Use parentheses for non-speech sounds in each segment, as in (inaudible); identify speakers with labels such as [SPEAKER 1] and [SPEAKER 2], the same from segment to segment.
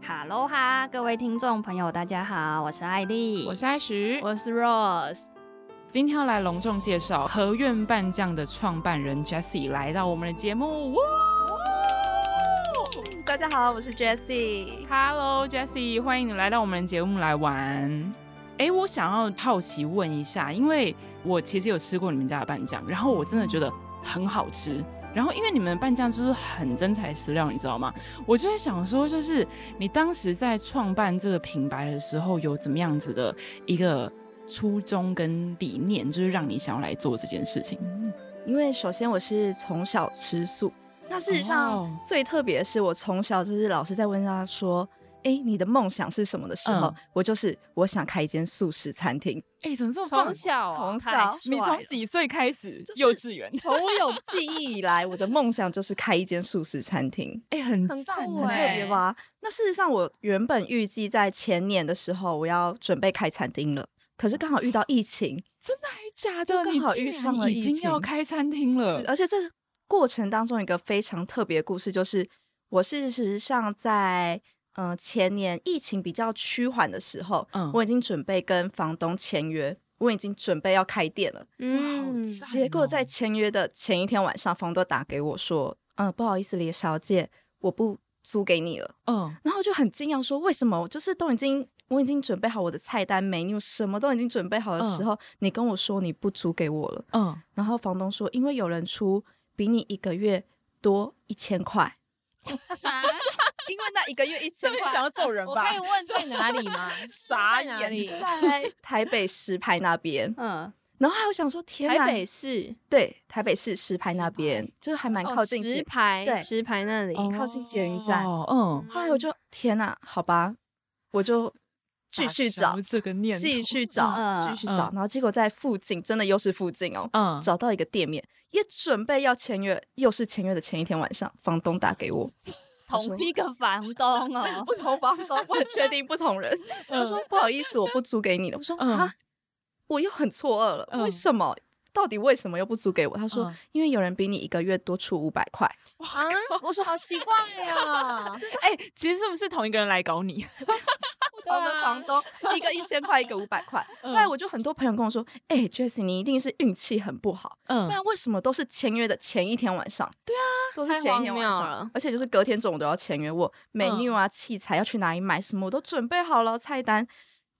[SPEAKER 1] 哈喽哈，各位听众朋友，大家好，我是艾丽，
[SPEAKER 2] 我是艾徐，
[SPEAKER 1] 我是 Rose。
[SPEAKER 2] 今天要来隆重介绍和苑拌酱的创办人 Jessie 来到我们的节目。
[SPEAKER 1] 大家好，我是 Jessie。
[SPEAKER 2] Hello Jessie，欢迎你来到我们的节目来玩。哎，我想要好奇问一下，因为我其实有吃过你们家的拌酱，然后我真的觉得很好吃。然后因为你们的拌酱就是很真材实料，你知道吗？我就在想说，就是你当时在创办这个品牌的时候，有怎么样子的一个初衷跟理念，就是让你想要来做这件事情？
[SPEAKER 3] 因为首先我是从小吃素，那事实上
[SPEAKER 2] 哦
[SPEAKER 3] 最特别的是我从小就是老师在问他说：“哎、你的梦想是什么？”的时候，
[SPEAKER 2] 嗯
[SPEAKER 3] 我就是我想开一间素食餐厅。
[SPEAKER 2] 哎，怎么这么棒
[SPEAKER 1] 从？小啊
[SPEAKER 3] 从小
[SPEAKER 1] 太帅
[SPEAKER 2] 你
[SPEAKER 1] 了
[SPEAKER 2] 从几岁开始？
[SPEAKER 3] 就是
[SPEAKER 2] 幼稚园？
[SPEAKER 3] 从我有记忆以来，我的梦想就是开一间素食餐厅，
[SPEAKER 2] 哎，很
[SPEAKER 1] 很
[SPEAKER 2] 赞
[SPEAKER 1] 酷
[SPEAKER 2] 欸
[SPEAKER 3] 很特别吧？那事实上，我原本预计在前年的时候我要准备开餐厅了，可是刚好遇到疫情，
[SPEAKER 2] 真的还哎假
[SPEAKER 3] 欸就
[SPEAKER 2] 的？
[SPEAKER 3] 刚
[SPEAKER 2] 你
[SPEAKER 3] 好
[SPEAKER 2] 竟
[SPEAKER 3] 遇
[SPEAKER 2] 然
[SPEAKER 3] 上了
[SPEAKER 2] 已
[SPEAKER 3] 疫
[SPEAKER 2] 经要
[SPEAKER 3] 情
[SPEAKER 2] 开餐厅了
[SPEAKER 3] 是，，而且这过程当中有一个非常特别的故事，就是我事实上在呃前年疫情比较趋缓的时候，
[SPEAKER 2] 嗯
[SPEAKER 3] 我已经准备跟房东签约，我已经准备要开店了。
[SPEAKER 1] (laughs) 嗯
[SPEAKER 2] 赞
[SPEAKER 3] 结
[SPEAKER 2] 哦
[SPEAKER 3] 果在签约的前一天晚上，房东打给我说：“嗯、不好意思，李小姐，我不租给你了。
[SPEAKER 2] 嗯”，
[SPEAKER 3] 然后我就很惊讶说：“为什么？我就是都已经。”我已经准备好我的菜单、menu，什么都已经准备好的时
[SPEAKER 2] 嗯
[SPEAKER 3] 候，你跟我说你不租给我了，
[SPEAKER 2] 嗯，
[SPEAKER 3] 然后房东说，因为有人出比你一个月多一千块，
[SPEAKER 1] 啊
[SPEAKER 3] 因为那一个月一
[SPEAKER 2] 这
[SPEAKER 3] 千
[SPEAKER 2] 边想
[SPEAKER 3] 块
[SPEAKER 2] 要揍人
[SPEAKER 1] 我
[SPEAKER 2] 吧
[SPEAKER 1] 可以？问在哪里 (laughs) 吗？
[SPEAKER 2] 傻
[SPEAKER 1] 在哪里？，
[SPEAKER 3] 在台北石牌那边
[SPEAKER 1] (laughs) 嗯，
[SPEAKER 3] 然后还有想说，天哪，
[SPEAKER 1] 台北市
[SPEAKER 3] 对台北市石牌那边，就是还蛮靠近
[SPEAKER 1] 哦
[SPEAKER 3] 捷
[SPEAKER 1] 石牌，
[SPEAKER 3] 对
[SPEAKER 1] 石牌那里。
[SPEAKER 3] 靠近捷运站嗯
[SPEAKER 2] 哦，
[SPEAKER 3] 后来我就天哪，好吧，我就
[SPEAKER 2] 嗯，
[SPEAKER 3] 继续
[SPEAKER 2] 打
[SPEAKER 1] 哦
[SPEAKER 2] 消
[SPEAKER 3] 找，
[SPEAKER 2] 这个念头，
[SPEAKER 3] 啊继续找，
[SPEAKER 1] 嗯
[SPEAKER 3] 继续找
[SPEAKER 2] 嗯，
[SPEAKER 3] 然后结果在附近，真的又是附近哦，
[SPEAKER 2] 嗯，
[SPEAKER 3] 找到一个店面，也准备要签约，又是签约的前一天晚上，房东打给我，
[SPEAKER 1] 同一个房东哦，
[SPEAKER 3] (laughs) 不同房东，我很确定不同人。他说不好意思，我不租给你了。我说
[SPEAKER 2] 嗯
[SPEAKER 3] 啊，我又很错愕了，
[SPEAKER 2] 嗯
[SPEAKER 3] 为什么？到底为什么又不租给我？他说
[SPEAKER 2] 嗯
[SPEAKER 3] 因为有人比你一个月多出五百块。
[SPEAKER 1] 啊，我说好 (laughs) (laughs) 奇怪
[SPEAKER 3] (laughs)
[SPEAKER 1] 呀，
[SPEAKER 2] 哎，其实是不是同一个人来搞你？
[SPEAKER 3] 我们房
[SPEAKER 1] 啊
[SPEAKER 3] 东一个一千块，一个五百块。
[SPEAKER 2] 嗯
[SPEAKER 3] 后来我就很多朋友跟我说，哎，Jessie，你一定是运气很不好，不
[SPEAKER 2] 嗯，
[SPEAKER 3] 然为什么都是签约的前一天晚上？对啊，都是前一天晚
[SPEAKER 1] 太荒谬了
[SPEAKER 3] 上，而且就是隔天中午都要签约。我 menu 啊、器材要去哪里买什么，我都准备好了，菜单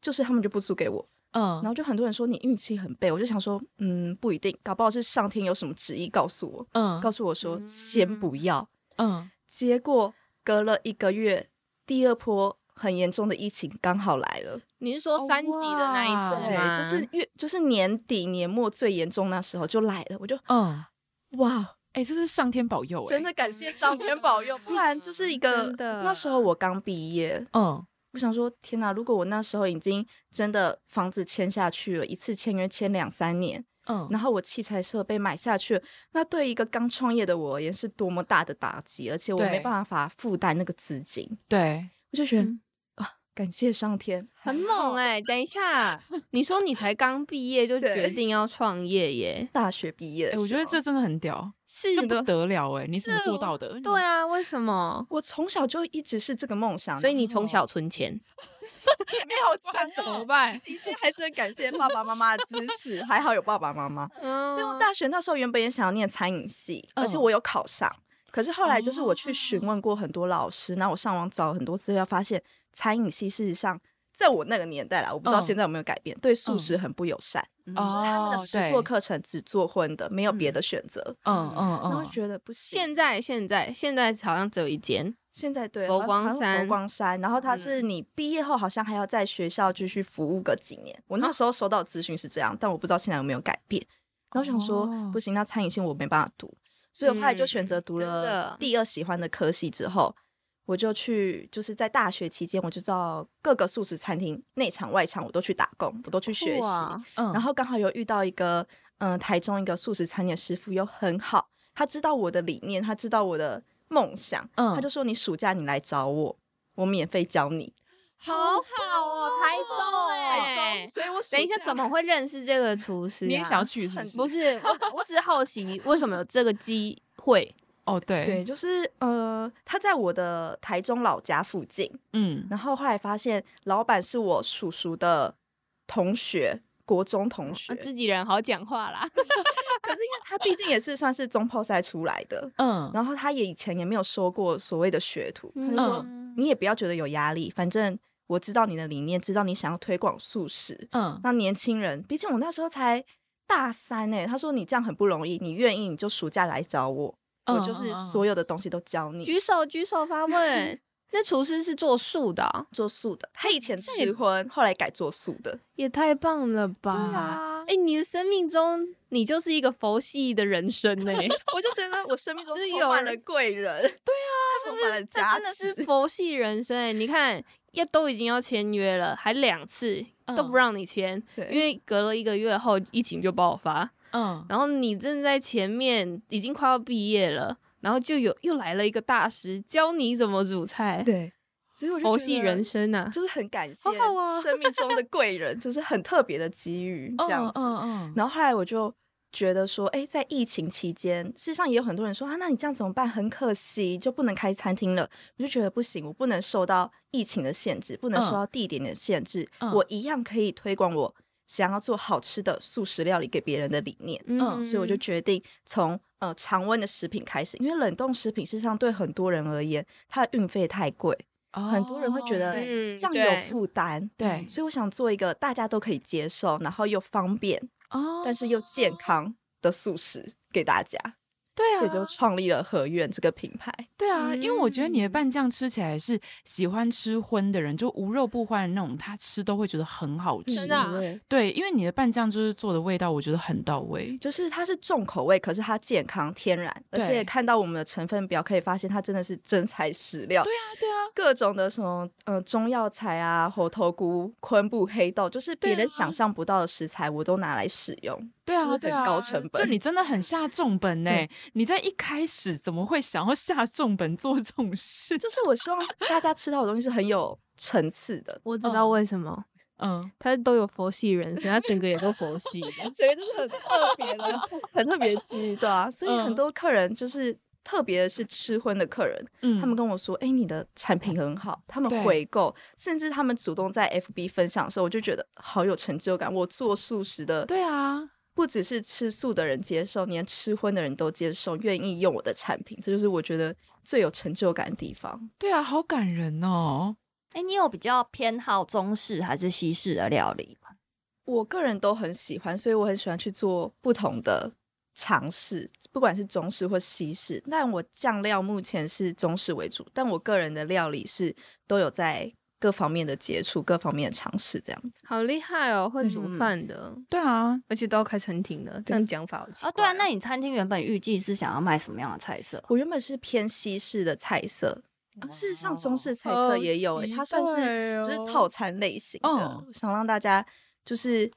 [SPEAKER 3] 就是他们就不租给我。然
[SPEAKER 2] 嗯，
[SPEAKER 3] 后就很多人说你运气很背，我就想说，嗯，不一定，搞不好是上天有什么旨意告诉我，
[SPEAKER 2] 嗯，
[SPEAKER 3] 告诉我说先不要。
[SPEAKER 2] 嗯，
[SPEAKER 3] 结果隔了一个月，第二波很严重的疫情刚好来了，
[SPEAKER 1] 你是说三级的那一次
[SPEAKER 2] 哦
[SPEAKER 1] 吗？
[SPEAKER 3] 对，就是月就是年底年末最严重那时候就来了，我就
[SPEAKER 2] 嗯，
[SPEAKER 3] 哇，
[SPEAKER 2] 哎，这是上天保佑，哎
[SPEAKER 3] 真，的感谢上天保佑，不然就是一个
[SPEAKER 1] 真的
[SPEAKER 3] 那时候我刚毕业。
[SPEAKER 2] 嗯，
[SPEAKER 3] 我想说，天哪！如果我那时候已经真的房子签下去了，一次签约签两三年，
[SPEAKER 2] 嗯，
[SPEAKER 3] 然后我器材设备买下去，那对一个刚创业的我而言是多么大的打击，而且我
[SPEAKER 2] 对
[SPEAKER 3] 没办法负担那个资金，
[SPEAKER 2] 对，
[SPEAKER 3] 我就觉得、
[SPEAKER 1] 嗯
[SPEAKER 3] 啊，感谢上天，
[SPEAKER 1] 很猛哎、等一下，你说你才刚毕业就
[SPEAKER 3] 对
[SPEAKER 1] 决定要创业耶？
[SPEAKER 3] 大学毕业的
[SPEAKER 2] 哎，
[SPEAKER 3] 时候、
[SPEAKER 2] 我觉得这真的很屌，
[SPEAKER 1] 是
[SPEAKER 2] 这不
[SPEAKER 1] 的，
[SPEAKER 2] 得了哎，你怎么
[SPEAKER 1] 这
[SPEAKER 2] 做到的？ (laughs)
[SPEAKER 1] 对啊，为什么？
[SPEAKER 3] 我从小就一直是这个梦想，
[SPEAKER 1] 所以你从小存钱，
[SPEAKER 2] 没有钱怎么办？
[SPEAKER 3] 今天还是很感谢爸爸妈妈的支持，还好有爸爸妈妈。
[SPEAKER 1] 嗯，
[SPEAKER 3] 所以我大学那时候原本也想要念餐饮系，
[SPEAKER 2] 嗯哦
[SPEAKER 3] 而且我有考上。可是后来就是我去询问过很多老师，那、我上网找很多资料，发现餐饮系事实上在我那个年代啦，我不知道
[SPEAKER 2] 嗯
[SPEAKER 3] 现在有没有改变，对素食很不友善，
[SPEAKER 2] 哦，
[SPEAKER 3] 就是他们的实
[SPEAKER 2] 对
[SPEAKER 3] 作课程只做荤的，没有别的选择。
[SPEAKER 2] 嗯嗯
[SPEAKER 3] 然后
[SPEAKER 2] 嗯
[SPEAKER 3] 就，觉得不行，
[SPEAKER 1] 现在现在现在好像只有一间，
[SPEAKER 3] 现在对
[SPEAKER 1] 佛
[SPEAKER 3] 好像
[SPEAKER 1] 光
[SPEAKER 3] 好像
[SPEAKER 1] 山嗯
[SPEAKER 3] 佛光山，然后它是你毕业后好像还要在学校继续服务个几年。
[SPEAKER 1] 哦
[SPEAKER 3] 我那时候收到的资讯是这样，但我不知道现在有没有改变。然后我想说，
[SPEAKER 2] 哦
[SPEAKER 3] 不行，那餐饮系我没办法读，所以我后来就选择
[SPEAKER 1] 嗯
[SPEAKER 3] 读
[SPEAKER 1] 真
[SPEAKER 3] 了
[SPEAKER 1] 的
[SPEAKER 3] 第二喜欢的科系之后，我就去就是在大学期间，我就到各个素食餐厅内场外场我都去打工，我都去学习。
[SPEAKER 1] 哇
[SPEAKER 2] 嗯，
[SPEAKER 3] 然后刚好有遇到一个嗯、呃台中一个素食餐饮的师傅，又很好，他知道我的理念，他知道我的梦想，
[SPEAKER 2] 嗯
[SPEAKER 3] 他就说你暑假你来找我，我免费教你。
[SPEAKER 1] 好好哦，台中哎、
[SPEAKER 3] 所以我暑
[SPEAKER 1] 等一下
[SPEAKER 3] 假
[SPEAKER 1] 怎么会认识这个厨师、啊？
[SPEAKER 2] 你也想要去是不
[SPEAKER 3] 很
[SPEAKER 2] 是？
[SPEAKER 1] 不是我，我只是好奇为什么有这个机会。
[SPEAKER 4] 哦，对，
[SPEAKER 3] 对，就是呃，他在我的台中老家附近，
[SPEAKER 4] 嗯，
[SPEAKER 3] 然后后来发现老板是我叔叔的同学，国中同学，
[SPEAKER 1] 啊自己人好讲话啦。
[SPEAKER 3] 可是因为他毕竟也是算是中炮赛出来的，
[SPEAKER 4] 嗯，
[SPEAKER 3] 然后他也以前也没有说过所谓的学徒，他
[SPEAKER 1] 嗯
[SPEAKER 3] 就说、你也不要觉得有压力，反正我知道你的理念，知道你想要推广素食。
[SPEAKER 4] 嗯，
[SPEAKER 3] 那年轻人，毕竟我那时候才大三呢、他说你这样很不容易，你愿意你就暑假来找我，
[SPEAKER 1] 嗯
[SPEAKER 3] 我
[SPEAKER 4] 嗯
[SPEAKER 3] 就是所
[SPEAKER 4] 有，
[SPEAKER 3] 有的东西都教你。
[SPEAKER 1] 举手举手发问。那厨师是做素的哦、
[SPEAKER 3] 做素的，他以前
[SPEAKER 1] 这也
[SPEAKER 3] 吃荤，后来改做素
[SPEAKER 1] (laughs)
[SPEAKER 3] 的。
[SPEAKER 1] 也太棒了吧！
[SPEAKER 4] 对啊
[SPEAKER 1] 哎、你的生命中，你就是一个佛系的人生呢、
[SPEAKER 3] 我就觉得
[SPEAKER 1] (laughs)
[SPEAKER 3] 我生命中
[SPEAKER 1] 就是
[SPEAKER 3] 充
[SPEAKER 1] 有
[SPEAKER 3] 满
[SPEAKER 1] 人
[SPEAKER 3] 了贵
[SPEAKER 1] (laughs)
[SPEAKER 3] 人，对啊，充满了
[SPEAKER 1] 这
[SPEAKER 3] 加
[SPEAKER 1] 真的
[SPEAKER 3] 持
[SPEAKER 1] 是。佛系人生哎、你看，要都已经要签约了，还两次
[SPEAKER 4] 嗯
[SPEAKER 1] 都不让你签，
[SPEAKER 3] 对
[SPEAKER 1] 因为隔了一个月后疫情就爆发，
[SPEAKER 4] 嗯，
[SPEAKER 1] 然后你正在前面已经快要毕业了，然后就有又来了一个大师教你怎么煮菜，
[SPEAKER 3] 对，所以我就
[SPEAKER 1] 佛
[SPEAKER 3] 觉
[SPEAKER 1] 系
[SPEAKER 3] 得
[SPEAKER 1] 人生啊呐、
[SPEAKER 3] 就是很感谢
[SPEAKER 1] 好好哦
[SPEAKER 3] 生命中的贵人，就是很特别的机
[SPEAKER 1] (laughs)
[SPEAKER 3] 遇这样子。
[SPEAKER 4] 嗯嗯，
[SPEAKER 3] 然后后来我就觉得说，哎，在疫情期间，事实上也有很多人说啊，那你这样怎么办？很可惜，就不能开餐厅了。我就觉得不行，我不能受到疫情的限制，不能受
[SPEAKER 4] 嗯
[SPEAKER 3] 到地点的限制，
[SPEAKER 4] 嗯
[SPEAKER 3] 我一样可以推广我想要做好吃的素食料理给别人的理念。
[SPEAKER 4] 嗯
[SPEAKER 3] 所以我就决定从呃常温的食品开始，因为冷冻食品事实上对很多人而言，它的运费太贵，
[SPEAKER 4] 然
[SPEAKER 3] 很多人会觉得
[SPEAKER 4] 对
[SPEAKER 1] 嗯
[SPEAKER 3] 这样
[SPEAKER 1] 对
[SPEAKER 3] 有负担。
[SPEAKER 4] 对
[SPEAKER 3] 所以我想做一个大家都可以接受，然后又方便，
[SPEAKER 4] 哦
[SPEAKER 3] 但是又健康的素食给大家，
[SPEAKER 4] 对啊，
[SPEAKER 3] 所以就创立了和苑这个品牌。
[SPEAKER 4] 对啊，因为我觉得你的
[SPEAKER 1] 嗯
[SPEAKER 4] 拌酱吃起来是喜欢吃荤的人，就无肉不欢的那种，他吃都会觉得很好吃。
[SPEAKER 1] 真的啊，
[SPEAKER 4] 对，因为你的拌酱就是做的味道，我觉得很到位。
[SPEAKER 3] 就是它是重口味，可是它健康天然，而
[SPEAKER 4] 对
[SPEAKER 3] 且看到我们的成分表可以发现，它真的是真材实料。
[SPEAKER 4] 啊，对啊，
[SPEAKER 3] 各种的什么呃中药材啊、猴头菇、昆布、黑豆，就是别
[SPEAKER 4] 对啊
[SPEAKER 3] 人想象不到的食材，我都拿来使用。
[SPEAKER 4] 对
[SPEAKER 3] 就是
[SPEAKER 4] 啊，
[SPEAKER 3] 很
[SPEAKER 4] 对啊，
[SPEAKER 3] 高成本
[SPEAKER 4] 就你真的很下重本呢、
[SPEAKER 3] 对
[SPEAKER 4] 你在一开始怎么会想要下重本做这种事？ (laughs)
[SPEAKER 3] 就是我希望大家吃到的东西是很有层次的
[SPEAKER 1] 我知道为什么。
[SPEAKER 4] 嗯，
[SPEAKER 1] 他都有佛系人生，他整个也都佛系的。
[SPEAKER 3] (laughs) 所以就是很特
[SPEAKER 4] (laughs)
[SPEAKER 3] 别的、很特别的机遇，对啊。所以
[SPEAKER 4] 嗯
[SPEAKER 3] 很多客人就是。特别是吃荤的客人，
[SPEAKER 4] 嗯
[SPEAKER 3] 他们跟我说：“哎、你的产品很好。”他们
[SPEAKER 4] 对
[SPEAKER 3] 回购，甚至他们主动在 FB 分享的时候，我就觉得好有成就感。我做素食的
[SPEAKER 4] 对啊，
[SPEAKER 3] 不只是吃素的人接受，连吃荤的人都接受，愿意用我的产品，这就是我觉得最有成就感的地方。
[SPEAKER 4] 对啊，好感人哦。
[SPEAKER 5] 哎、你有比较偏好中式还是西式的料理吗？
[SPEAKER 3] 我个人都很喜欢，所以我很喜欢去做不同的尝试，不管是中式或西式。但我酱料目前是中式为主，但我个人的料理是都有在各方面的接触，各方面的尝试这样子。
[SPEAKER 1] 好厉害哦，会煮
[SPEAKER 3] 嗯
[SPEAKER 1] 饭的，
[SPEAKER 4] 对啊，
[SPEAKER 1] 而且都要开餐厅的，这样讲法好奇
[SPEAKER 5] 啊，对
[SPEAKER 1] 怪
[SPEAKER 5] 啊，
[SPEAKER 1] 哦
[SPEAKER 5] 那你餐厅原本预计是想要卖什么样的菜色？
[SPEAKER 3] 我原本是偏西式的菜色，
[SPEAKER 4] 哦
[SPEAKER 3] 啊事实上中式菜色也有、
[SPEAKER 1] 好
[SPEAKER 3] 欸，
[SPEAKER 1] 期
[SPEAKER 3] 它算
[SPEAKER 1] 待
[SPEAKER 3] 是
[SPEAKER 1] 哦
[SPEAKER 3] 就是套餐类型的，
[SPEAKER 4] 嗯
[SPEAKER 3] 想让大家就是，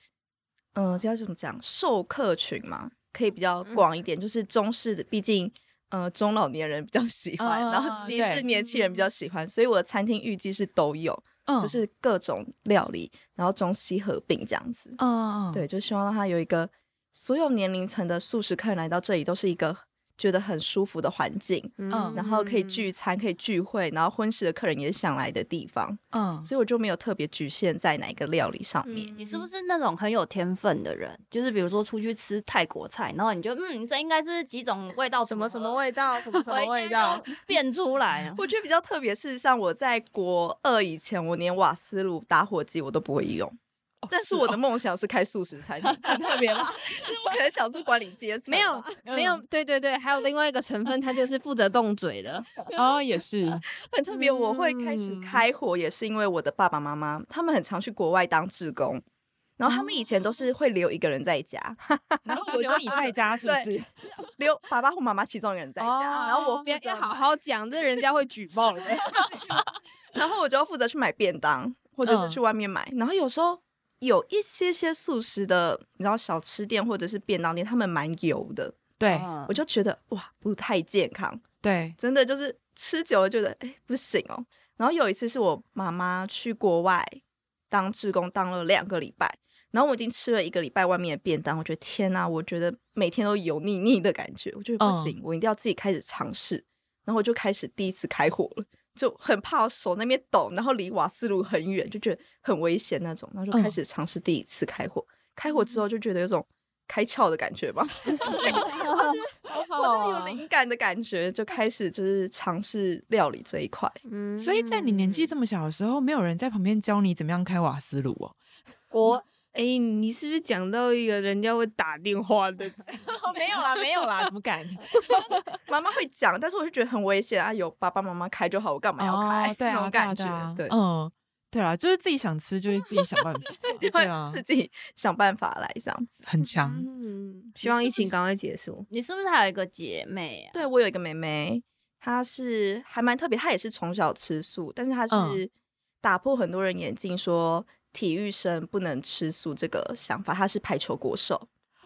[SPEAKER 3] 嗯、呃，这要怎么讲？授课群嘛，可以比较
[SPEAKER 4] 嗯
[SPEAKER 3] 广一点，就是中式的，毕竟。呃，中老年人比较喜欢，
[SPEAKER 4] 嗯
[SPEAKER 3] 然
[SPEAKER 4] 嗯
[SPEAKER 3] 后
[SPEAKER 4] 嗯
[SPEAKER 3] 西式
[SPEAKER 4] 对
[SPEAKER 3] 年轻人比较喜欢，所以我的餐厅预计是都有，
[SPEAKER 4] 嗯
[SPEAKER 3] 就是各种料理，然后中西合并这样子。
[SPEAKER 4] 嗯，嗯，
[SPEAKER 3] 对，就希望让他有一个所有年龄层的素食客人来到这里都是一个觉得很舒服的环境，
[SPEAKER 4] 嗯
[SPEAKER 3] 然后可以
[SPEAKER 1] 聚。
[SPEAKER 3] 聚餐、可以聚会，然后婚食的客人也想来的地方，
[SPEAKER 4] 嗯，
[SPEAKER 3] 所以我就没有特别局限在哪一个料理上面。。
[SPEAKER 1] 嗯
[SPEAKER 5] 你是不是那种很有天分的人？就是比如说出去吃泰国菜，然后你就嗯，这应该是几种味道，
[SPEAKER 1] 什么什么味道， (laughs) 什么什么味道，
[SPEAKER 5] 变出来
[SPEAKER 3] 我觉得比较特别是，像我在国二以前，我连瓦斯炉、打火机我都不会用。
[SPEAKER 4] 哦
[SPEAKER 3] 但是我的梦想是开素食餐厅，很特别吧？ (laughs) 就是我可能想做管理阶层，
[SPEAKER 1] 没有，没有，对对对，还有另外一个成分，它就是负责动嘴 (laughs) 的。
[SPEAKER 4] 哦也是，
[SPEAKER 3] 很特别。我会开始
[SPEAKER 1] 嗯
[SPEAKER 3] 开火，也是因为我的爸爸妈妈他们很常去国外当志工，然后他们以前都是会留一个人在家，然后我
[SPEAKER 4] 我
[SPEAKER 3] 就
[SPEAKER 4] 就你在家是不是？
[SPEAKER 3] 留爸爸或妈妈其中一个人在家，
[SPEAKER 2] 哦
[SPEAKER 3] 然后我
[SPEAKER 1] 不要
[SPEAKER 3] 负责
[SPEAKER 4] 哎
[SPEAKER 1] 要好好讲，这人家会举报 (laughs) 的。
[SPEAKER 3] 然后我就要负责去买便当，或者是去外面买。然后有时候有一些些素食的，你知道小吃店或者是便当店，他们蛮油的，
[SPEAKER 4] 对
[SPEAKER 5] 嗯
[SPEAKER 3] 我就觉得哇不太健康，
[SPEAKER 4] 对，
[SPEAKER 3] 真的就是吃久了觉得哎不行哦。然后有一次是我妈妈去国外当志工，当了两个礼拜。然后我已经吃了一个礼拜外面的便当，我觉得天呐，我觉得每天都油腻腻的感觉，我觉得不
[SPEAKER 4] 嗯
[SPEAKER 3] 行，我一定要自己开始尝试。然后我就开始第一次开火了，就很怕我手那边抖，然后离瓦斯炉很远，就觉得很危险那种。然后就开
[SPEAKER 4] 嗯
[SPEAKER 3] 始尝试第一次开火，开火之后就觉得有种开窍的感觉吧。
[SPEAKER 1] 好好
[SPEAKER 3] (laughs) 我真的有灵感的感觉，就开始就是尝试料理这一块。
[SPEAKER 1] 嗯
[SPEAKER 2] 所以在你年纪这么小的时候，没有人在旁边教你怎么样开瓦斯炉哦。
[SPEAKER 1] (laughs)
[SPEAKER 5] 我
[SPEAKER 1] 哎、你是不是讲到一个人家会打电话的？ (laughs)
[SPEAKER 2] 没有啦，没有啦，怎么敢？
[SPEAKER 3] (laughs) 妈妈会讲，但是我就觉得很危险啊，有爸爸妈妈开就好，我干嘛要开？
[SPEAKER 2] 哦对啊，
[SPEAKER 3] (laughs) 那种感觉
[SPEAKER 2] 对啊，
[SPEAKER 3] 对，哦 (laughs)
[SPEAKER 2] 嗯，对啦，就是自己想吃，就是自己想办法，
[SPEAKER 3] 就
[SPEAKER 2] 对啊
[SPEAKER 3] 会，自己想办法来这样子。
[SPEAKER 2] 很强。
[SPEAKER 1] 嗯，希望疫情赶快结束。
[SPEAKER 5] 你是不是还有一个姐妹啊？
[SPEAKER 3] 对我有一个妹妹，她是还蛮特别，她也是从小吃素，但是她是
[SPEAKER 2] 嗯
[SPEAKER 3] 打破很多人眼镜说。体育生不能吃素这个想法，她是排球国手，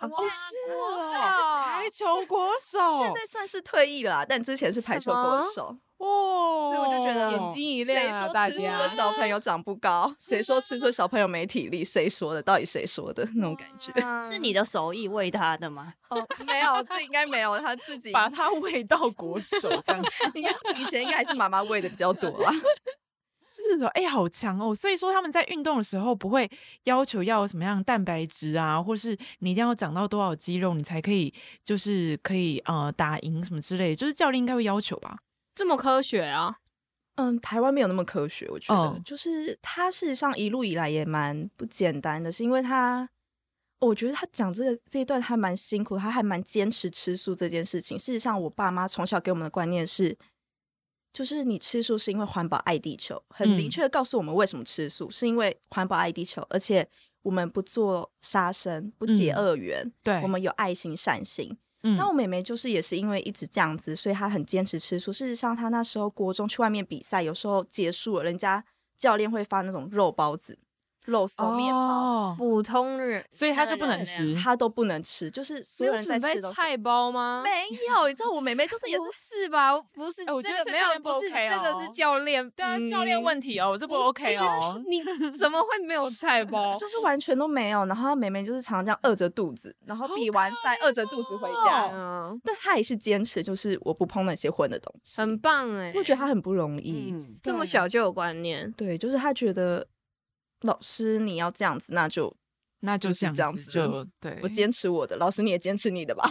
[SPEAKER 5] 哦
[SPEAKER 2] 是哦，排球国手，
[SPEAKER 3] 现在算是退役了啊，但之前是排球国
[SPEAKER 1] 什么
[SPEAKER 3] 手。
[SPEAKER 2] 哦，
[SPEAKER 3] 所以我就觉得
[SPEAKER 1] 眼睛一亮啊
[SPEAKER 3] 谁
[SPEAKER 1] 大
[SPEAKER 3] 说吃素
[SPEAKER 1] 家
[SPEAKER 3] 的小朋友长不高？谁说吃素的小朋友没体力？谁说的？到底谁说的那种感觉？
[SPEAKER 5] 啊是你的手艺喂她的吗？
[SPEAKER 3] 哦没有，这应该没有，他自己
[SPEAKER 4] 把它喂到国手这样。
[SPEAKER 3] (laughs) 应该以前应该还是妈妈喂的比较多啦。
[SPEAKER 2] 是的，哎、好强哦！所以说他们在运动的时候不会要求要有什么样的蛋白质啊，或是你一定要长到多少肌肉，你才可以就是可以呃打赢什么之类的，就是教练应该会要求吧？
[SPEAKER 1] 这么科学啊？
[SPEAKER 3] 嗯，台湾没有那么科学，我觉得、
[SPEAKER 2] 嗯
[SPEAKER 3] 就是他事实上一路以来也蛮不简单的，是因为他，我觉得他讲这个这一段还蛮辛苦，他还蛮坚持吃素这件事情。事实上，我爸妈从小给我们的观念是，就是你吃素是因为环保爱地球，很明
[SPEAKER 2] 嗯
[SPEAKER 3] 确的告诉我们为什么吃素，是因为环保爱地球，而且我们不做杀生，不结
[SPEAKER 2] 嗯
[SPEAKER 3] 恶缘，
[SPEAKER 2] 对，
[SPEAKER 3] 我们有爱心善心。
[SPEAKER 2] 嗯
[SPEAKER 3] 那我妹妹就是也是因为一直这样子，所以她很坚持吃素。事实上，她那时候国中去外面比赛，有时候结束了，人家教练会发那种肉包子、肉松面包，
[SPEAKER 2] 哦，
[SPEAKER 1] 普通人
[SPEAKER 2] 所以他就不能吃。
[SPEAKER 3] 她都不能吃，就是所
[SPEAKER 1] 没
[SPEAKER 3] 有
[SPEAKER 1] 有
[SPEAKER 3] 人在
[SPEAKER 1] 准备
[SPEAKER 3] 吃都是
[SPEAKER 1] 菜包吗？
[SPEAKER 3] 没有，你知道我妹妹就是也是
[SPEAKER 1] 不是吧？不是，
[SPEAKER 4] 哎我觉
[SPEAKER 1] 这
[SPEAKER 4] 得
[SPEAKER 1] 个
[SPEAKER 4] 这
[SPEAKER 1] 没有
[SPEAKER 4] 教练，不
[SPEAKER 1] 不是
[SPEAKER 4] OK
[SPEAKER 1] 这个
[SPEAKER 4] 哦
[SPEAKER 1] 是教练，
[SPEAKER 2] 对啊，
[SPEAKER 1] 嗯
[SPEAKER 2] 教练问题哦，这不
[SPEAKER 1] 不
[SPEAKER 2] OK 哦。
[SPEAKER 1] 你怎么会没有菜包？
[SPEAKER 3] 就是完全都没有。然后她妹妹就是常常这样饿着肚子，然后比完赛饿着肚子回家。
[SPEAKER 1] 嗯，
[SPEAKER 3] 但她也是坚持，就是我不碰那些荤的东西。
[SPEAKER 1] 很棒哎、
[SPEAKER 3] 所以我觉得她很不容易。
[SPEAKER 4] 嗯，
[SPEAKER 1] 这么小就有观念，
[SPEAKER 3] 对，欸就是她觉得老师你要这样子，那就
[SPEAKER 2] 那就
[SPEAKER 3] 就是
[SPEAKER 2] 这
[SPEAKER 3] 这样
[SPEAKER 2] 样
[SPEAKER 3] 子
[SPEAKER 2] 子，就对，
[SPEAKER 3] 我坚持我的，老师你也坚持你
[SPEAKER 1] (laughs)
[SPEAKER 3] 的吧。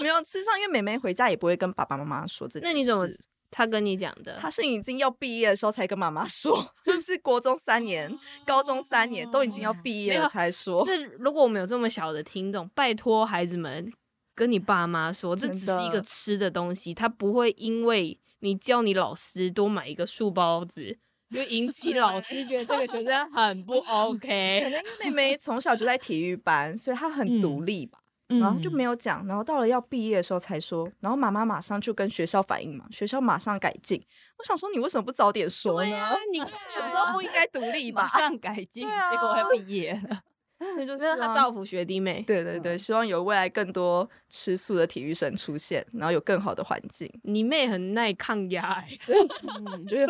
[SPEAKER 3] 没有，事实上，因为妹妹回家也不会跟爸爸妈妈说这件事。
[SPEAKER 1] 那你怎么他跟你讲的？
[SPEAKER 3] 她是已经要毕业的时候才跟妈妈说， (laughs) 就是国中三年、高中三年都已经要毕
[SPEAKER 1] 哦
[SPEAKER 3] 业
[SPEAKER 1] 没
[SPEAKER 3] 了
[SPEAKER 1] 有
[SPEAKER 3] 才说。
[SPEAKER 1] 这如果我们有这么小的听众，拜托孩子们跟你爸妈说，这
[SPEAKER 3] 真的
[SPEAKER 1] 只是一个吃的东西，他不会因为你叫你老师多买一个素包
[SPEAKER 3] (laughs)
[SPEAKER 1] 子，就引起老师觉得这个学生很不 OK。
[SPEAKER 3] (laughs) 可能因为妹妹从小就在体育班，所以她很独
[SPEAKER 1] 嗯
[SPEAKER 3] 立吧，然后就没
[SPEAKER 2] 有
[SPEAKER 3] 有讲，然后到了要毕业的时候才说，然后妈妈马上就跟学校反映嘛，学校马上改进。我想说，你为什么不早点说呢？
[SPEAKER 1] 你
[SPEAKER 3] 小时候不应该独立吧
[SPEAKER 5] 马？上改进，
[SPEAKER 1] 啊
[SPEAKER 5] 结果
[SPEAKER 1] (laughs)
[SPEAKER 5] 会毕业了。
[SPEAKER 3] 所以就是
[SPEAKER 1] 让他
[SPEAKER 3] 啊
[SPEAKER 1] 造福学弟妹，
[SPEAKER 3] 对对
[SPEAKER 1] 嗯
[SPEAKER 3] 对，希望有未来更多吃素的体育生出现，然后有更好的环境。
[SPEAKER 1] 你妹很耐抗压、欸，
[SPEAKER 3] 就是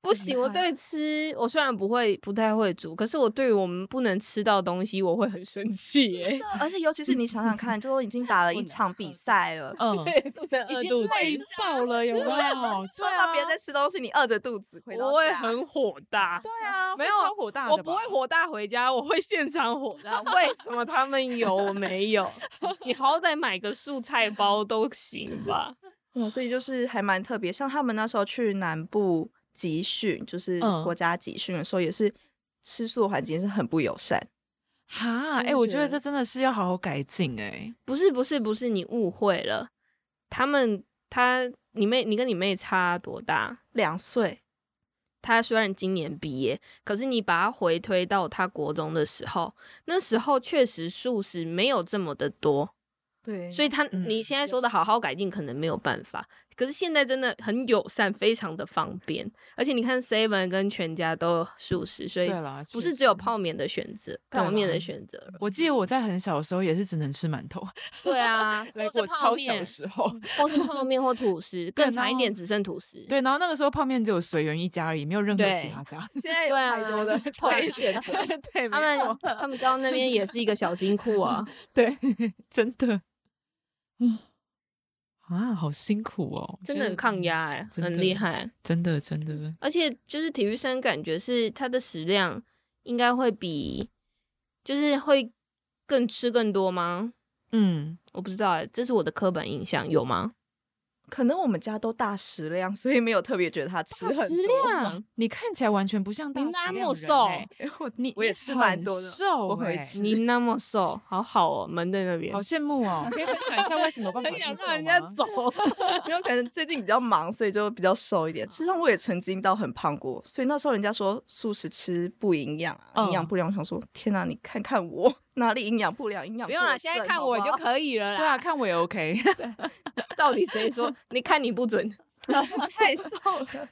[SPEAKER 1] 不行，我对吃，我虽然不会不太会煮，可是我对于我们不能吃到的东西，我会很生气耶、
[SPEAKER 3] 啊而且尤其是你想想看，就都已经打了一场比赛了，
[SPEAKER 1] 啊
[SPEAKER 2] 嗯，
[SPEAKER 1] 不能
[SPEAKER 2] 已
[SPEAKER 1] 饿
[SPEAKER 2] 经
[SPEAKER 1] 肚子。
[SPEAKER 2] 累爆了，有没啊有？
[SPEAKER 3] 说到别人在吃东西，你饿着肚子回到家，
[SPEAKER 1] 我会很火大，
[SPEAKER 2] 对
[SPEAKER 1] (laughs)
[SPEAKER 2] 啊，
[SPEAKER 1] 没
[SPEAKER 2] 会
[SPEAKER 1] 有
[SPEAKER 2] 超火大的
[SPEAKER 1] 我
[SPEAKER 2] 吧
[SPEAKER 1] 不会火大回家，我会现场
[SPEAKER 2] (laughs)
[SPEAKER 1] 火大。为什么他们有我没有？你好歹买个素菜包都行吧？
[SPEAKER 2] (laughs)
[SPEAKER 3] 嗯所以就是还蛮特别。像他们那时候去南部集训，就是
[SPEAKER 2] 嗯
[SPEAKER 3] 国家集训的时候，也是吃素的环境是很不友善。
[SPEAKER 2] 哈，
[SPEAKER 3] 就
[SPEAKER 2] 哎、
[SPEAKER 3] 是
[SPEAKER 2] 我
[SPEAKER 3] 觉
[SPEAKER 2] 觉得
[SPEAKER 3] 得
[SPEAKER 2] 这真的是要好好改进哎、
[SPEAKER 1] 不是不是不是，你误会了。他们他你妹你跟你妹差多大？
[SPEAKER 3] 两岁，
[SPEAKER 1] 她虽然今年毕业，可是你把她回推到她国中的时候，那时候确实素食没有这么的多，
[SPEAKER 3] 对
[SPEAKER 1] 所以他、
[SPEAKER 2] 嗯
[SPEAKER 1] 你现在说的好好改进可能没有办法，可是现在真的很友善，非常的方便，而且你看 Seven 跟全家都有素食，所以
[SPEAKER 2] 对啦，
[SPEAKER 1] 不
[SPEAKER 2] 确
[SPEAKER 1] 是只有
[SPEAKER 2] 实。
[SPEAKER 1] 泡面的选择，
[SPEAKER 2] 对
[SPEAKER 1] 泡面
[SPEAKER 2] 啦
[SPEAKER 1] 的选择了。
[SPEAKER 2] 我记得我在很小的时候也是只能吃馒头，
[SPEAKER 1] 对啊，
[SPEAKER 2] 来
[SPEAKER 1] (laughs) 或
[SPEAKER 2] 自
[SPEAKER 1] 是
[SPEAKER 2] 我
[SPEAKER 1] 泡
[SPEAKER 2] 超小的
[SPEAKER 1] 面，
[SPEAKER 2] 时候。
[SPEAKER 1] 或是泡面或吐
[SPEAKER 2] (laughs)
[SPEAKER 1] 司，更长一
[SPEAKER 2] 然
[SPEAKER 1] 点
[SPEAKER 2] 后
[SPEAKER 1] 只剩吐司。
[SPEAKER 2] 对，然后那个时候泡面只有随缘一家而已，没有任何其
[SPEAKER 1] 对
[SPEAKER 2] 他家。
[SPEAKER 3] 现在
[SPEAKER 1] 对啊，(laughs)
[SPEAKER 3] (laughs)
[SPEAKER 2] 对，选择对，
[SPEAKER 1] 他
[SPEAKER 2] 没
[SPEAKER 1] 们
[SPEAKER 2] 错，
[SPEAKER 1] 他们高那边也是一个小金库啊。
[SPEAKER 2] (laughs) 对，真的，嗯啊，好辛苦哦，
[SPEAKER 1] 真的很抗，压哎、
[SPEAKER 2] 真
[SPEAKER 1] 很
[SPEAKER 2] 的
[SPEAKER 1] 厉害。
[SPEAKER 2] 真的真的，
[SPEAKER 3] 嗯
[SPEAKER 1] 而且就是体育生，感觉是它的食量应该会比，就是会更吃更多吗？
[SPEAKER 2] 嗯，
[SPEAKER 1] 我不知道哎、这是我的刻板印象，有吗？
[SPEAKER 3] 可能我们家都大食量，所以没有特别觉得他吃很
[SPEAKER 1] 食
[SPEAKER 3] 多。
[SPEAKER 1] 量，
[SPEAKER 2] 你看起来完全不像大
[SPEAKER 1] 你那
[SPEAKER 2] 食
[SPEAKER 1] 么
[SPEAKER 2] 量人
[SPEAKER 1] 瘦
[SPEAKER 2] 欸，
[SPEAKER 3] 我
[SPEAKER 2] 你
[SPEAKER 3] 我也
[SPEAKER 2] 你
[SPEAKER 3] 吃蛮
[SPEAKER 2] 很
[SPEAKER 3] 多的
[SPEAKER 2] 瘦
[SPEAKER 3] 我会
[SPEAKER 2] 欸
[SPEAKER 3] 吃
[SPEAKER 1] 你那么瘦，好好哦、门在那边
[SPEAKER 2] 好。羡慕
[SPEAKER 3] (laughs)
[SPEAKER 2] 哦，可以分享一下为什么爸爸
[SPEAKER 1] 走， (laughs)
[SPEAKER 3] 因为可能最近比较忙，所以就比较瘦一点。事实上，我也曾经到很胖过，所以那时候人家说素食吃不营养啊，
[SPEAKER 2] 嗯
[SPEAKER 3] 营养不良，我想说天哪、你看看我哪里营养不良，营养
[SPEAKER 1] 不用啦，
[SPEAKER 3] 过剩
[SPEAKER 1] 现在看我就
[SPEAKER 3] 好不好
[SPEAKER 1] 可以了啦。
[SPEAKER 2] 对啊，，看我也
[SPEAKER 3] (laughs)
[SPEAKER 2] OK，
[SPEAKER 1] (laughs)
[SPEAKER 3] 嗯
[SPEAKER 1] 到底谁 (laughs) 说？你看你不准。
[SPEAKER 3] 太瘦了。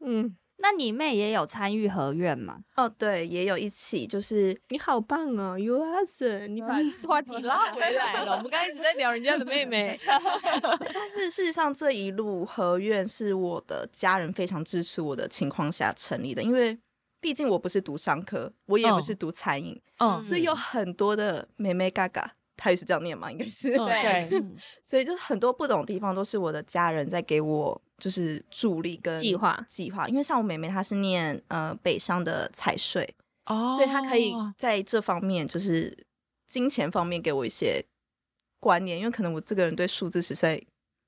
[SPEAKER 1] 嗯，
[SPEAKER 5] 那你妹也有参与合院吗？
[SPEAKER 3] 哦，对，也有一起就是
[SPEAKER 1] 你好棒哦，You are，the- 你 (laughs) 把话题拉回来了。我们刚才一直在聊人家的妹 (laughs) 妹。
[SPEAKER 3] 但是事实上，这一路合院是我的家人非常支持我的情况下成立的，因为毕竟我不是读商科，我也不
[SPEAKER 2] 嗯
[SPEAKER 3] 是读餐饮，
[SPEAKER 2] 嗯，
[SPEAKER 3] 所以有很多的妹妹嘎嘎，她也是这样念嘛，应该是。
[SPEAKER 2] 嗯对
[SPEAKER 5] 嗯
[SPEAKER 3] 所以就很多不懂的地方都是我的家人在给我就是助力跟
[SPEAKER 1] 计划
[SPEAKER 3] 计划，因为像我妹妹她是念呃北商的财税，
[SPEAKER 2] 哦，
[SPEAKER 3] (laughs) 所以她可以在这方面就是金钱方面给我一些观念，因为可能我这个人对数字实在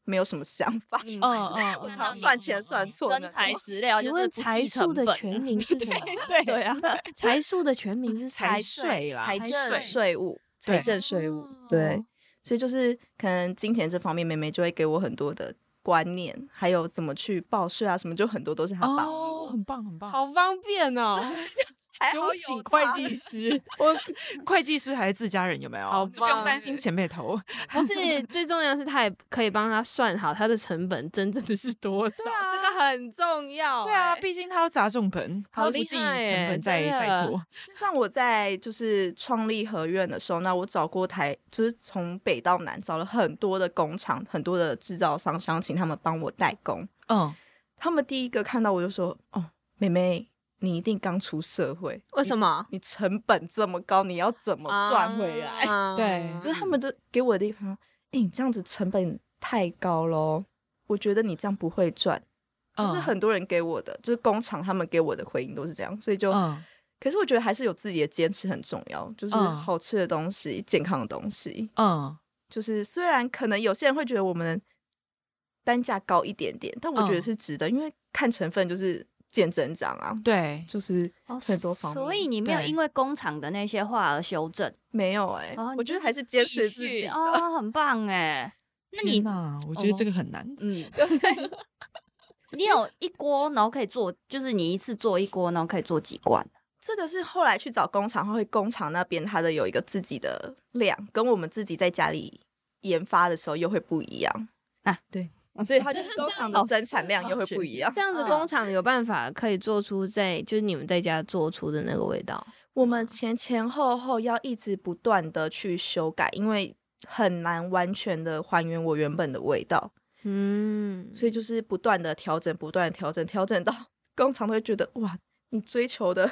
[SPEAKER 3] 没有什么想法，
[SPEAKER 1] 嗯
[SPEAKER 2] 嗯，嗯嗯，
[SPEAKER 3] (laughs) 我
[SPEAKER 2] 嗯
[SPEAKER 3] 常
[SPEAKER 5] 嗯
[SPEAKER 3] 算钱算错
[SPEAKER 5] 真
[SPEAKER 3] 那
[SPEAKER 5] 材
[SPEAKER 3] 种
[SPEAKER 5] 实料，
[SPEAKER 1] 请
[SPEAKER 5] 就
[SPEAKER 1] 问
[SPEAKER 5] 是
[SPEAKER 1] 财
[SPEAKER 5] 数
[SPEAKER 1] 数的 (laughs)
[SPEAKER 5] 全名是 (laughs) 什么？
[SPEAKER 2] 对
[SPEAKER 1] 对啊，
[SPEAKER 5] 财数的
[SPEAKER 1] (laughs)
[SPEAKER 5] 全名是
[SPEAKER 2] 财
[SPEAKER 5] 税
[SPEAKER 2] 税啦
[SPEAKER 5] 财
[SPEAKER 2] 财
[SPEAKER 5] 政
[SPEAKER 2] 税
[SPEAKER 3] 税务、
[SPEAKER 2] 对哦
[SPEAKER 3] 财政税务，对，所以就是可能金钱这方面，妹妹就会给我很多的观念，还有怎么去报税啊，什么就很多都是她帮
[SPEAKER 2] 哦，
[SPEAKER 3] 我，
[SPEAKER 2] 很棒很棒，
[SPEAKER 1] 好方便哦，
[SPEAKER 3] 还
[SPEAKER 1] 不用
[SPEAKER 3] 好有
[SPEAKER 1] 请
[SPEAKER 3] 她
[SPEAKER 1] 会计师。
[SPEAKER 3] (laughs)
[SPEAKER 1] 我
[SPEAKER 2] 会计师还是自家人有没有？
[SPEAKER 1] 好
[SPEAKER 2] 就不用
[SPEAKER 1] 棒
[SPEAKER 2] 担心前辈头。
[SPEAKER 1] 不是最重要是，他也可以帮他算好他的成本真正的是多少，
[SPEAKER 2] 啊
[SPEAKER 1] 这个很重要欸。
[SPEAKER 2] 对啊，毕竟他要砸重本，他
[SPEAKER 1] 好
[SPEAKER 2] 要不
[SPEAKER 1] 厉
[SPEAKER 2] 计
[SPEAKER 1] 害
[SPEAKER 2] 成
[SPEAKER 1] 耶
[SPEAKER 2] 本再
[SPEAKER 1] 真的
[SPEAKER 2] 再做。
[SPEAKER 3] 事实上，我在就是创立合院的时候，那我找过台，就是从北到南找了很多的工厂、很多的制造商，想请他们帮我代工。
[SPEAKER 2] 嗯，
[SPEAKER 3] 他们第一个看到我就说：“哦，妹妹，你一定刚出社会，
[SPEAKER 1] 为什
[SPEAKER 3] 么
[SPEAKER 1] 么？
[SPEAKER 3] 你成本这么高？你要怎么赚回来？”
[SPEAKER 1] 啊
[SPEAKER 2] 对
[SPEAKER 3] 就是
[SPEAKER 5] 嗯
[SPEAKER 3] 他们都给我的地方，哎、你这样子成本太高喽，我觉得你这样不会赚。就是
[SPEAKER 2] 嗯
[SPEAKER 3] 很多人给我的，就是工厂他们给我的回应都是这样，所以就
[SPEAKER 2] 嗯
[SPEAKER 3] 可是我觉得还是有自己的坚持很重要，就是
[SPEAKER 2] 嗯
[SPEAKER 3] 好吃的东西、健康的东西。
[SPEAKER 2] 嗯
[SPEAKER 3] 就是虽然可能有些人会觉得我们单价高一点点，但我觉得
[SPEAKER 2] 嗯
[SPEAKER 3] 是值得，因为看成分就是见增长啊，
[SPEAKER 2] 对，
[SPEAKER 3] 就是
[SPEAKER 5] 哦
[SPEAKER 3] 很多方面。
[SPEAKER 5] 所以你没有
[SPEAKER 2] 对
[SPEAKER 5] 因为工厂的那些话而修正，
[SPEAKER 3] 没有哎、
[SPEAKER 5] 哦
[SPEAKER 3] 我
[SPEAKER 5] 你
[SPEAKER 3] 觉
[SPEAKER 5] 就
[SPEAKER 3] 得还是坚持自己的。
[SPEAKER 5] 哦，很棒
[SPEAKER 3] (laughs)
[SPEAKER 5] 哎。那
[SPEAKER 2] 天
[SPEAKER 5] 你
[SPEAKER 2] 哪，我觉得这个很难。
[SPEAKER 5] 嗯，你有一锅，然后可以做，就是你一次做一锅，然后可以做几罐？
[SPEAKER 3] 这个是后来去找工厂，会工厂那边它的有一个自己的量，跟我们自己在家里研发的时候又会不一样
[SPEAKER 5] 啊。
[SPEAKER 3] 对，哦所以它
[SPEAKER 1] (laughs)
[SPEAKER 3] 就是工厂的生产量又会不一样。
[SPEAKER 1] 这样子，工厂有办法可以做出在就是你们在家做出的那个味道。
[SPEAKER 3] 我们前前后后要一直不断的去修改，因为很难完全的还原我原本的味道，
[SPEAKER 1] 嗯，
[SPEAKER 3] 所以就是不断的调整，不断的调整，调整到 (laughs) 工厂都会觉得哇，你追求的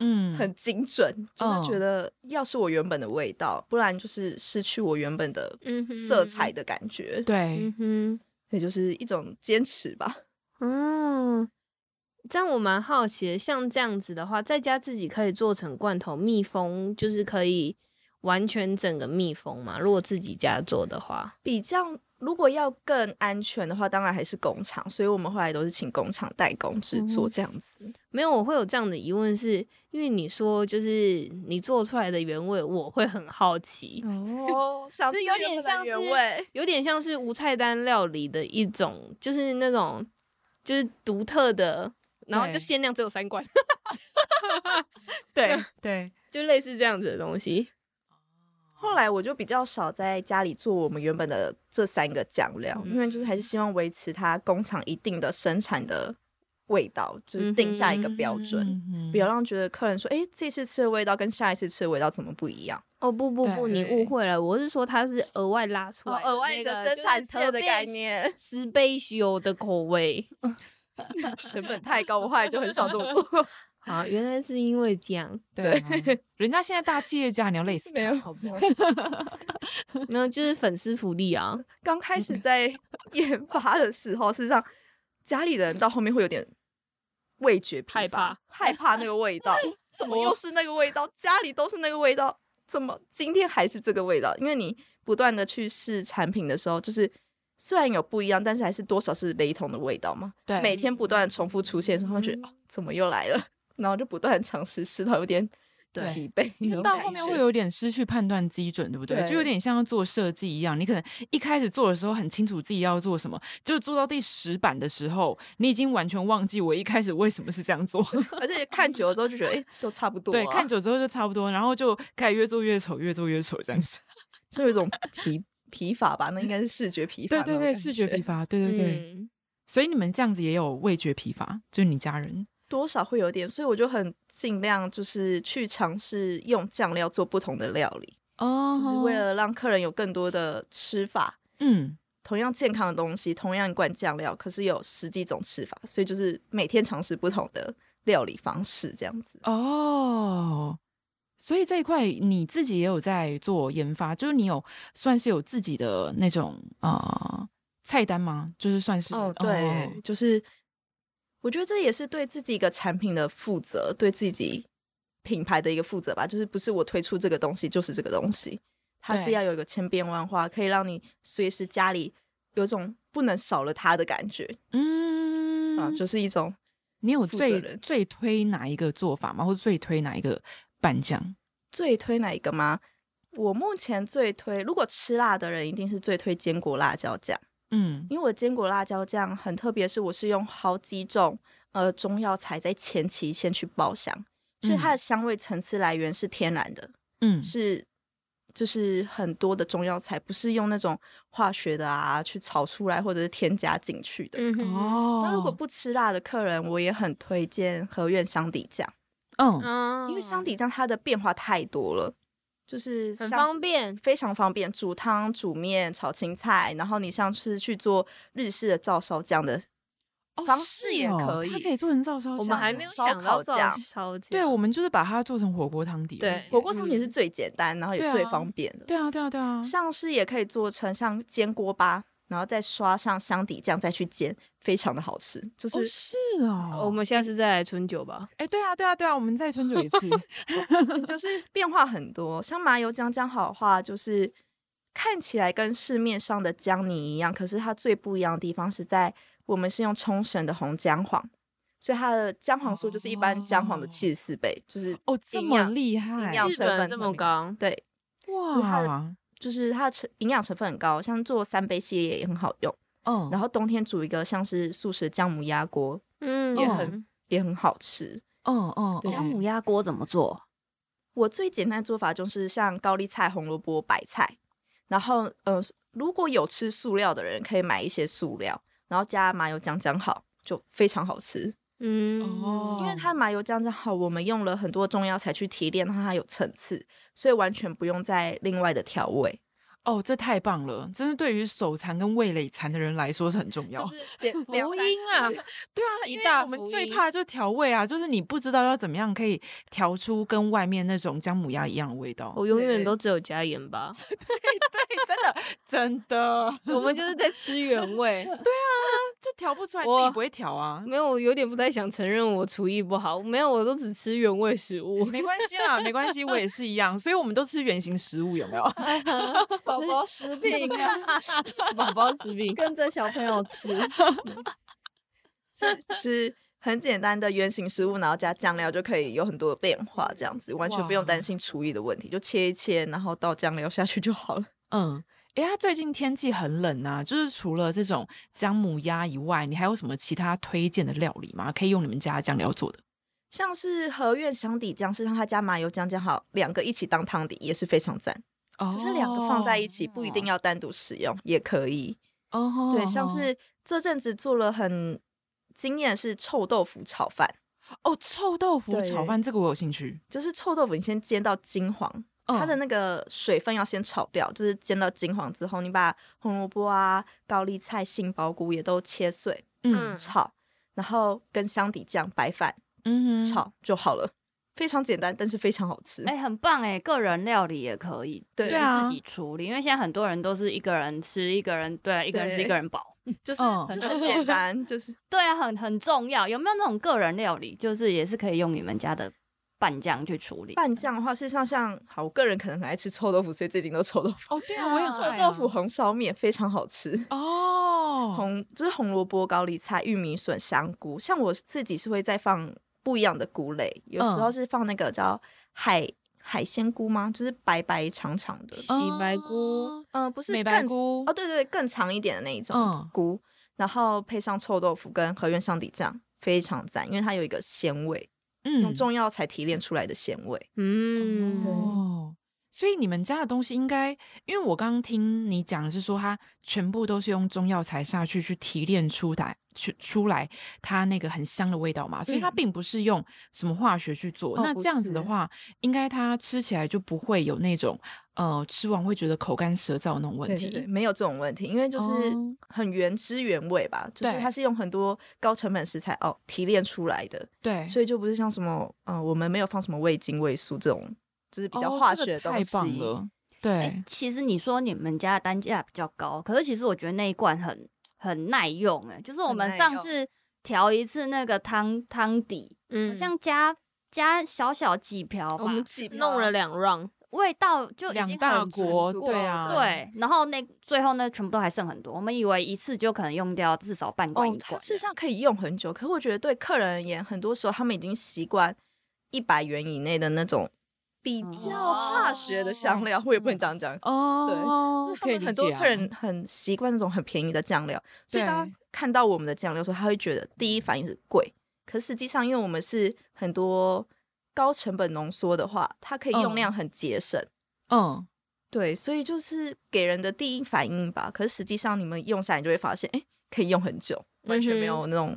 [SPEAKER 2] 嗯，
[SPEAKER 3] 很精准，
[SPEAKER 2] 嗯
[SPEAKER 1] 哦
[SPEAKER 3] 就是觉得要是我原本的味道，不然就是失去我原本的
[SPEAKER 1] 嗯哼
[SPEAKER 3] 色彩的感觉，
[SPEAKER 2] 对，
[SPEAKER 1] 嗯哼。
[SPEAKER 3] 也就是一种坚持吧。 (laughs)
[SPEAKER 1] 嗯，这样我蛮好奇的。像这样子的话，在家自己可以做成罐头密封，就是可以完全整个密封嘛？如果自己家做的话，
[SPEAKER 3] 比较如果要更安全的话，当然还是工厂，所以我们后来都是请工厂代工制作这样子。 (laughs)
[SPEAKER 1] 没有，我会有这样的疑问是，因为你说就是你做出来的原味，我会很好奇，
[SPEAKER 2] 嗯
[SPEAKER 3] 哦，想
[SPEAKER 1] 就
[SPEAKER 3] 吃
[SPEAKER 1] 有
[SPEAKER 3] 原
[SPEAKER 1] 点
[SPEAKER 3] 本的
[SPEAKER 1] 像
[SPEAKER 3] 原
[SPEAKER 1] 是
[SPEAKER 3] 味。
[SPEAKER 1] (laughs) 有点像是无菜单料理的一种，就是那种就是独特的，然后就
[SPEAKER 2] 对
[SPEAKER 1] 限量只有三罐，
[SPEAKER 2] (laughs) 对对，
[SPEAKER 1] (laughs) 就类似这样子的东西。
[SPEAKER 3] 后来我就比较少在家里做我们原本的这三个酱料，因为就是还是希望维持它工厂一定的生产的味道，就是定下一个标准，
[SPEAKER 2] 嗯
[SPEAKER 3] 不要让觉得客人说，哎、这次吃的味道跟下一次吃的味道怎么不一样？
[SPEAKER 1] 哦不不不，你
[SPEAKER 2] 对
[SPEAKER 1] 误会了，我是说它是哦额外拉出来那个，
[SPEAKER 3] 额外的生产线的概，念
[SPEAKER 1] special 的口 (laughs) 味。
[SPEAKER 3] 成本太高，我后来就很少这么做。
[SPEAKER 1] 好，啊原来是因为这样，
[SPEAKER 2] 对啊，人家现在大企业家，你要累死他，
[SPEAKER 3] 没有
[SPEAKER 2] 好不好？
[SPEAKER 1] 没有就是粉丝福利啊。
[SPEAKER 3] 刚开始在研发的时候，事实上家里的人到后面会有点味觉疲
[SPEAKER 4] 害
[SPEAKER 3] 乏
[SPEAKER 4] 怕，
[SPEAKER 3] 害怕那个味道， (laughs) 怎么又是那个味道？家里都是那个味道，怎么今天还是这个味道？因为你不断的去试产品的时候，就是虽然有不一样，但是还是多少是雷同的味道嘛。
[SPEAKER 2] 对
[SPEAKER 3] 每天不断的重复出现的时候，会觉得哦，怎么又来了？然后就不断地尝试，试到有点
[SPEAKER 2] 对
[SPEAKER 3] 疲惫，
[SPEAKER 2] 因为到后面会有点失去判断基准，对不对？
[SPEAKER 3] 对
[SPEAKER 2] 就有点像做设计一样，你可能一开始做的时候很清楚自己要做什么，就做到第十版的时候，你已经完全忘记我一开始为什么是这样做。
[SPEAKER 3] 而且看久了之后就觉得，哎、都差不多、啊。
[SPEAKER 2] 对，看久之后就差不多，然后就开始越做越丑，越做越丑这样子。
[SPEAKER 3] 就有一种疲疲乏吧，那应该是视觉 (laughs) 疲乏
[SPEAKER 2] 对
[SPEAKER 3] 那种
[SPEAKER 2] 对
[SPEAKER 3] 感觉。
[SPEAKER 2] 对，视觉疲乏，对对对。
[SPEAKER 1] 嗯
[SPEAKER 2] 所以你们这样子也有味觉疲乏，就是你家人。
[SPEAKER 3] 多少会有点，所以我就很尽量就是去尝试用酱料做不同的料理，
[SPEAKER 2] 哦
[SPEAKER 3] 就是为了让客人有更多的吃法。
[SPEAKER 2] 嗯，
[SPEAKER 3] 同样健康的东西，同样一罐酱料，可是有十几种吃法，所以就是每天尝试不同的料理方式，这样子。
[SPEAKER 2] 哦，所以这一块你自己也有在做研发，就是你有算是有自己的那种呃菜单吗？就是算是
[SPEAKER 3] 哦，对，
[SPEAKER 2] 哦
[SPEAKER 3] 就是我觉得这也是对自己一个产品的负责，对自己品牌的一个负责吧。就是不是我推出这个东西就是这个东西，它是
[SPEAKER 2] 对
[SPEAKER 3] 要有一个千变万化，可以让你随时家里有种不能少了它的感觉
[SPEAKER 2] 嗯
[SPEAKER 3] 啊，就是一种
[SPEAKER 2] 你有
[SPEAKER 3] 负责
[SPEAKER 2] 最
[SPEAKER 3] 人
[SPEAKER 2] 最推哪一个做法吗？或者最推哪一个拌酱？
[SPEAKER 3] 最推哪一个吗？我目前最推，如果吃辣的人一定是最推坚果辣椒酱。
[SPEAKER 2] 嗯，
[SPEAKER 3] 因为我坚果辣椒酱很特别，是我是用好几种呃中药材在前期先去爆香，所以它
[SPEAKER 1] 嗯
[SPEAKER 3] 的香味层次来源是天然的，
[SPEAKER 2] 嗯
[SPEAKER 3] 是就是很多的中药材，不是用那种化学的啊去炒出来或者是添加进去的。
[SPEAKER 1] 嗯哼，
[SPEAKER 2] 哦，
[SPEAKER 3] 那如果不吃辣的客人，我也很推荐和苑香底酱，
[SPEAKER 2] 嗯
[SPEAKER 1] 嗯
[SPEAKER 3] 因为香底酱它的变化太多了，就是
[SPEAKER 1] 很
[SPEAKER 3] 像是
[SPEAKER 1] 方便，
[SPEAKER 3] 非常方便，煮汤、煮面、炒青菜，然后你像是去做日式的照烧酱的
[SPEAKER 2] 哦
[SPEAKER 3] 方
[SPEAKER 2] 是
[SPEAKER 3] 式也
[SPEAKER 2] 哦
[SPEAKER 3] 可
[SPEAKER 2] 它
[SPEAKER 3] 以
[SPEAKER 2] 可以做成照烧
[SPEAKER 1] 我们
[SPEAKER 2] 酱
[SPEAKER 1] 还
[SPEAKER 2] 哦
[SPEAKER 1] 没有
[SPEAKER 3] 烧
[SPEAKER 1] 想到
[SPEAKER 3] 烤
[SPEAKER 1] 照
[SPEAKER 3] 酱
[SPEAKER 1] 烧酱，
[SPEAKER 2] 对，我们就是把它做成火锅汤底而已。
[SPEAKER 1] 对
[SPEAKER 3] 火锅汤底是最简单，然后也
[SPEAKER 2] 嗯对啊
[SPEAKER 3] 最方便的。
[SPEAKER 2] 对啊，对啊，对啊，
[SPEAKER 3] 像是也可以做成像煎锅巴，然后再刷上香底酱再去煎，非常的好吃。就是、
[SPEAKER 2] 哦是哦，
[SPEAKER 1] 我们下次再来春酒吧。
[SPEAKER 2] 哎，对啊，对啊，对啊，我们再春酒一次。
[SPEAKER 3] 就是变化很多，像麻油姜姜好的话，就是看起来跟市面上的姜泥一样，可是它最不一样的地方是在我们是用冲绳的红姜黄，所以它的姜黄素就是一般姜黄的
[SPEAKER 2] 哦
[SPEAKER 3] 七十四倍，就是
[SPEAKER 2] 哦，这
[SPEAKER 3] 营
[SPEAKER 2] 么
[SPEAKER 3] 养
[SPEAKER 2] 厉害，
[SPEAKER 3] 养
[SPEAKER 1] 日
[SPEAKER 3] 成
[SPEAKER 1] 本
[SPEAKER 3] 分
[SPEAKER 1] 这
[SPEAKER 3] 很
[SPEAKER 1] 么
[SPEAKER 3] 高
[SPEAKER 1] 高，
[SPEAKER 3] 对，就是它的
[SPEAKER 2] 哇，
[SPEAKER 3] 就是它的成营养成分很高，像做三杯系列也很好用。
[SPEAKER 2] 嗯，
[SPEAKER 3] 然后冬天煮一个像是素食姜母鸭锅
[SPEAKER 1] 嗯，
[SPEAKER 2] 也
[SPEAKER 3] 很也很好吃。
[SPEAKER 2] 嗯嗯，嗯
[SPEAKER 3] 对
[SPEAKER 5] (laughs) 姜母鸭锅怎么做？
[SPEAKER 3] 我最简单的做法就是像高丽菜、红萝卜、白菜，然后呃，如果有吃塑料的人，可以买一些塑料，然后加麻油姜姜好，就非常好吃。
[SPEAKER 1] 嗯
[SPEAKER 2] 哦
[SPEAKER 3] 因为它麻油姜姜好，我们用了很多中药材去提炼，让它有层次，所以完全不用再另外的调味。
[SPEAKER 2] 哦，这太棒了，真的对于手残跟味蕾残的人来说是很重要。
[SPEAKER 1] 嗯福音啊，
[SPEAKER 2] 对啊，因
[SPEAKER 1] 一
[SPEAKER 2] 为
[SPEAKER 1] 大
[SPEAKER 2] 我们
[SPEAKER 1] 福
[SPEAKER 2] 最
[SPEAKER 1] 音
[SPEAKER 2] 怕就是调味啊，就是你不知道要怎么样可以调出跟外面那种姜母鸭一样的味道。
[SPEAKER 1] 我永远都只有加盐吧，
[SPEAKER 2] 对，真的真的，
[SPEAKER 1] 我们就是在吃原 (laughs) 味。
[SPEAKER 2] 就调不出来，自
[SPEAKER 1] 我
[SPEAKER 2] 己不会调啊。
[SPEAKER 1] 没有，我有点不太想承认我厨艺不好，没有，我都只吃原味食物。 (laughs)
[SPEAKER 2] 没关系啦，没关系，我也是一样，所以我们都吃原形食物，有没有？ (laughs)
[SPEAKER 5] 宝宝食品啊，
[SPEAKER 1] (laughs) 宝宝食品，
[SPEAKER 5] 跟着小朋友吃。
[SPEAKER 3] 是是很简单的圆形食物，然后加酱料就可以有很多的变化，这样子完全不用担心厨艺的问题，就切一切，然后倒酱料下去就好了。
[SPEAKER 2] 嗯，诶，它最近天气很冷啊，就是除了这种姜母鸭以外，你还有什么其他推荐的料理吗？可以用你们家的酱料做的？
[SPEAKER 3] 像是和苑香底酱是让它加麻油酱酱好，两个一起当汤底也是非常赞。
[SPEAKER 4] 哦
[SPEAKER 3] 就是两个放在一起，不一定要单独使用，也可以。
[SPEAKER 4] 哦，
[SPEAKER 3] 对，像是这阵子做了很惊艳是臭豆腐炒饭，
[SPEAKER 2] 哦，臭豆腐炒饭这个我有兴趣。
[SPEAKER 3] 就是臭豆腐你先煎到金黄。它
[SPEAKER 2] 嗯
[SPEAKER 3] 的那个水分要先炒掉，就是煎到金黄之后，你把红萝卜啊、高丽菜、杏鲍菇也都切碎
[SPEAKER 1] 嗯
[SPEAKER 3] 炒，然后跟香底酱、白饭
[SPEAKER 2] 嗯哼，
[SPEAKER 3] 炒就好了，非常简单，但是非常好吃。
[SPEAKER 5] 哎、很棒哎、个人料理也可以，
[SPEAKER 3] 对
[SPEAKER 5] 就
[SPEAKER 2] 对
[SPEAKER 5] 是
[SPEAKER 2] 啊
[SPEAKER 5] 自己处理，因为现在很多人都是一个人吃，一个人对，一个人吃，
[SPEAKER 3] 对
[SPEAKER 5] 一个人饱。
[SPEAKER 3] 就是
[SPEAKER 2] 嗯
[SPEAKER 3] 就很简单，就是
[SPEAKER 5] 对啊，很很重要。有没有那种个人料理，就是也是可以用你们家的拌酱去处理？
[SPEAKER 3] 拌酱的话，事实上像好，我个人可能很爱吃臭豆腐，所以最近都臭豆腐。
[SPEAKER 2] 哦，对啊，我也
[SPEAKER 3] 臭
[SPEAKER 2] 爱啊
[SPEAKER 3] 豆腐红烧面非常好吃，
[SPEAKER 2] 哦，
[SPEAKER 3] 红就是红萝卜、高丽菜、玉米笋、香菇。像我自己是会再放不一样的菇类，有时
[SPEAKER 2] 嗯
[SPEAKER 3] 候是放那个叫海海鲜菇吗？就是白白长长的，
[SPEAKER 1] 洗白菇，
[SPEAKER 2] 哦，
[SPEAKER 3] 嗯，不是哦
[SPEAKER 2] 美
[SPEAKER 3] 更
[SPEAKER 2] 白菇
[SPEAKER 3] 哦，对对，对更长一点的那一种
[SPEAKER 2] 嗯
[SPEAKER 3] 菇，然后配上臭豆腐跟河源香底酱，非常赞，因为它有一个鲜味，用
[SPEAKER 2] 嗯，
[SPEAKER 3] 中药材提炼出来的鲜味。
[SPEAKER 1] 嗯，
[SPEAKER 3] 对
[SPEAKER 2] 哦，所以你们家的东西应该，因为我刚刚听你讲的是说，它全部都是用中药材下去去提炼出来，去出来它那个很香的味道嘛，所以它并不是用什么化学去做。
[SPEAKER 3] 嗯哦
[SPEAKER 2] 那
[SPEAKER 3] 不
[SPEAKER 2] 这样子的
[SPEAKER 3] 是
[SPEAKER 2] 话，应该它吃起来就不会有那种呃吃完会觉得口干舌燥的那种问
[SPEAKER 3] 对
[SPEAKER 2] 题。
[SPEAKER 3] 对对，没有这种问题，因为就是
[SPEAKER 2] 哦
[SPEAKER 3] 很原汁原味吧，就是
[SPEAKER 2] 对
[SPEAKER 3] 它是用很多高成本食材哦提炼出来的，
[SPEAKER 2] 对
[SPEAKER 3] 所以就不是像什么呃我们没有放什么味精、味素这种，就是比较
[SPEAKER 2] 哦
[SPEAKER 3] 化
[SPEAKER 2] 这个
[SPEAKER 3] 学的东
[SPEAKER 2] 太
[SPEAKER 3] 西。
[SPEAKER 2] 棒了。对，
[SPEAKER 5] 哎、其实你说你们家的单价比较高，可是其实我觉得那一罐很很耐用哎、就是我
[SPEAKER 3] 很
[SPEAKER 5] 们
[SPEAKER 3] 耐
[SPEAKER 5] 上
[SPEAKER 3] 用
[SPEAKER 5] 次调一次那个汤汤底，好
[SPEAKER 1] 嗯，
[SPEAKER 5] 像加加小小几瓢吧
[SPEAKER 1] 我，们弄了两 round，
[SPEAKER 5] 味道就已
[SPEAKER 2] 两
[SPEAKER 5] 经
[SPEAKER 2] 大
[SPEAKER 5] 很
[SPEAKER 2] 国
[SPEAKER 5] 足够
[SPEAKER 2] 对
[SPEAKER 5] 了
[SPEAKER 2] 啊
[SPEAKER 5] 对，然后那最后呢，全部都还剩很多，我们以为一次就可能用掉至少半罐
[SPEAKER 3] 哦
[SPEAKER 5] 一，
[SPEAKER 3] 它
[SPEAKER 5] 罐
[SPEAKER 3] 事实
[SPEAKER 5] 的，
[SPEAKER 3] 上可以用很久，可是我觉得对客人而言，很多时候他们已经习惯一百元以内的那种比较化学的香料，我也不能这样讲。
[SPEAKER 2] 哦，
[SPEAKER 3] 就是他
[SPEAKER 2] 可以
[SPEAKER 3] 们
[SPEAKER 2] 理
[SPEAKER 3] 很多
[SPEAKER 2] 解啊
[SPEAKER 3] 客人很习惯那种很便宜的酱料，所以当
[SPEAKER 2] 对
[SPEAKER 3] 他看到我们的酱料的时候，他会觉得第一反应是贵，可实际上因为我们是很多高成本浓缩的话，它可以用
[SPEAKER 2] 嗯
[SPEAKER 3] 量很节省。
[SPEAKER 2] 嗯，
[SPEAKER 3] 对，所以就是给人的第一反应吧。可是实际上你们用下来，你就会发现，哎、可以用很久，完全
[SPEAKER 1] 嗯
[SPEAKER 3] 没有那种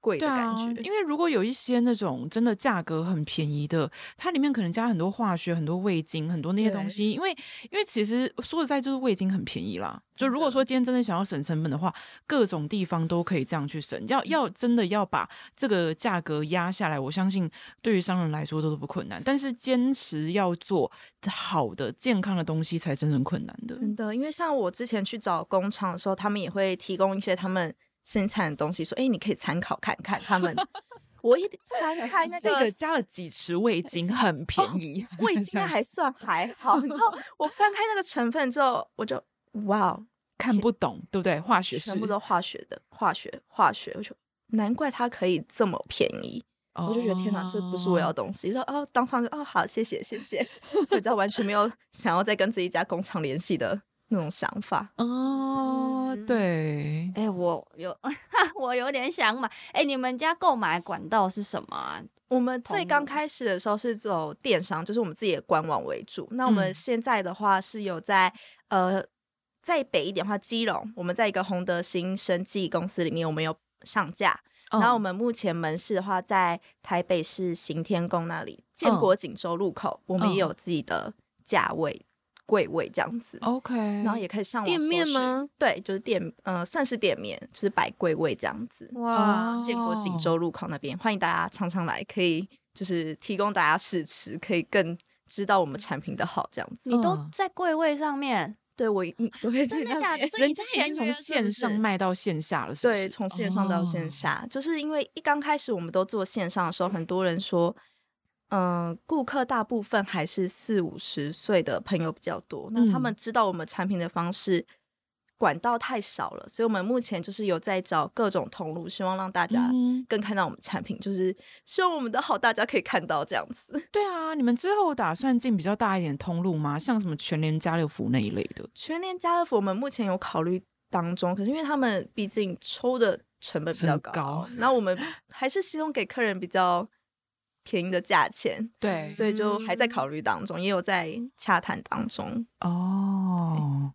[SPEAKER 3] 贵的
[SPEAKER 2] 对
[SPEAKER 3] 感
[SPEAKER 2] 啊
[SPEAKER 3] 觉。，
[SPEAKER 2] 因为如果有一些那种真的价格很便宜的，它里面可能加很多化学、很多味精、很多那些东西。因为因为其实说实在，就是味精很便宜啦。就
[SPEAKER 3] 真的
[SPEAKER 2] 如果说今天真的想要省成本的话，各种地方都可以这样去省。
[SPEAKER 3] 嗯
[SPEAKER 2] 要要真的要把这个价格压下来，我相信对于商人来说都是不困难。但是坚持要做好的、健康的东西，才真正困难的。
[SPEAKER 3] 真的，因为像我之前去找工厂的时候，他们也会提供一些他们生产的东西，说，哎、你可以参考看看他们。我
[SPEAKER 2] (laughs)
[SPEAKER 3] 一翻开那
[SPEAKER 2] 这
[SPEAKER 3] 个
[SPEAKER 2] 个加了几匙味
[SPEAKER 3] (laughs)
[SPEAKER 2] 精，很便宜。
[SPEAKER 3] 味精，那还算还好。然后我翻开那个成分之后，我就哇哦，
[SPEAKER 2] 看不懂，对不对？化学
[SPEAKER 3] 全
[SPEAKER 2] 式
[SPEAKER 3] 部都化学的，化学，化学，我就难怪它可以这么便宜。我就觉得天哪，这不是我要的东西。说哦，当场就哦好，谢谢谢谢，我知道完全没有想要再跟这一家工厂联系的那种想法。嗯
[SPEAKER 2] 哦，对，
[SPEAKER 5] 哎、我有 (laughs) 我有点想买，哎、你们家购买管道是什么啊？
[SPEAKER 3] 我们最
[SPEAKER 5] 同
[SPEAKER 3] 刚
[SPEAKER 5] 意
[SPEAKER 3] 开始的时候是走电商，就是我们自己的官网为主。那我们
[SPEAKER 2] 嗯
[SPEAKER 3] 现在的话是有在、呃再北一点的话，基隆，我们在一个宏德新生技公司里面，我们有上架。然
[SPEAKER 2] 哦
[SPEAKER 3] 后我们目前门市的话，在台北市行天宫那里，建
[SPEAKER 2] 嗯
[SPEAKER 3] 国锦州路口，我们也有自己的价位柜位这样子。
[SPEAKER 2] 哦 OK，
[SPEAKER 3] 然后也可以上网
[SPEAKER 1] 嗯店
[SPEAKER 3] 搜
[SPEAKER 1] 面
[SPEAKER 3] 寻
[SPEAKER 1] 吗？
[SPEAKER 3] 对，就是店，呃，算是店面，就是摆柜位这样子。
[SPEAKER 1] 哇，
[SPEAKER 3] 啊建国锦
[SPEAKER 2] 哦
[SPEAKER 3] 州路口那边，欢迎大家常常来，可以就是提供大家试吃，可以更知道我们产品的好这样子。
[SPEAKER 5] 你都
[SPEAKER 2] 嗯
[SPEAKER 5] 在柜位上面，
[SPEAKER 3] 对我一，嗯
[SPEAKER 1] (laughs)
[SPEAKER 3] 我会在
[SPEAKER 5] 真的
[SPEAKER 3] 那
[SPEAKER 5] 假的？
[SPEAKER 3] 边。
[SPEAKER 5] 所以
[SPEAKER 2] 人
[SPEAKER 5] 你
[SPEAKER 2] 家
[SPEAKER 5] 之
[SPEAKER 2] 已
[SPEAKER 5] 前
[SPEAKER 2] 经从线上卖到线下了，是不是？哦
[SPEAKER 3] 对，从线上到线下，就是因为一刚开始我们都做线上的时候，很多人说，嗯、顾客大部分还是四五十岁的朋友比较多，那他
[SPEAKER 2] 嗯
[SPEAKER 3] 们知道我们产品的方式管道太少了，所以我们目前就是有在找各种通路，希望让大家
[SPEAKER 2] 嗯
[SPEAKER 3] 更看到我们产品，就是希望我们的好大家可以看到这样子。
[SPEAKER 2] 对啊，你们之后打算进比较大一点的通路吗？像什么全联、家乐福那一类的？
[SPEAKER 3] 全联家乐福我们目前有考虑当中，可是因为他们毕竟抽的成本比较
[SPEAKER 2] 很
[SPEAKER 3] 高，
[SPEAKER 2] 高
[SPEAKER 3] 那我们还是希望给客人比较便宜的价钱，
[SPEAKER 2] 对
[SPEAKER 3] 所以就还在考虑当中，也有在洽谈当中。
[SPEAKER 2] 哦，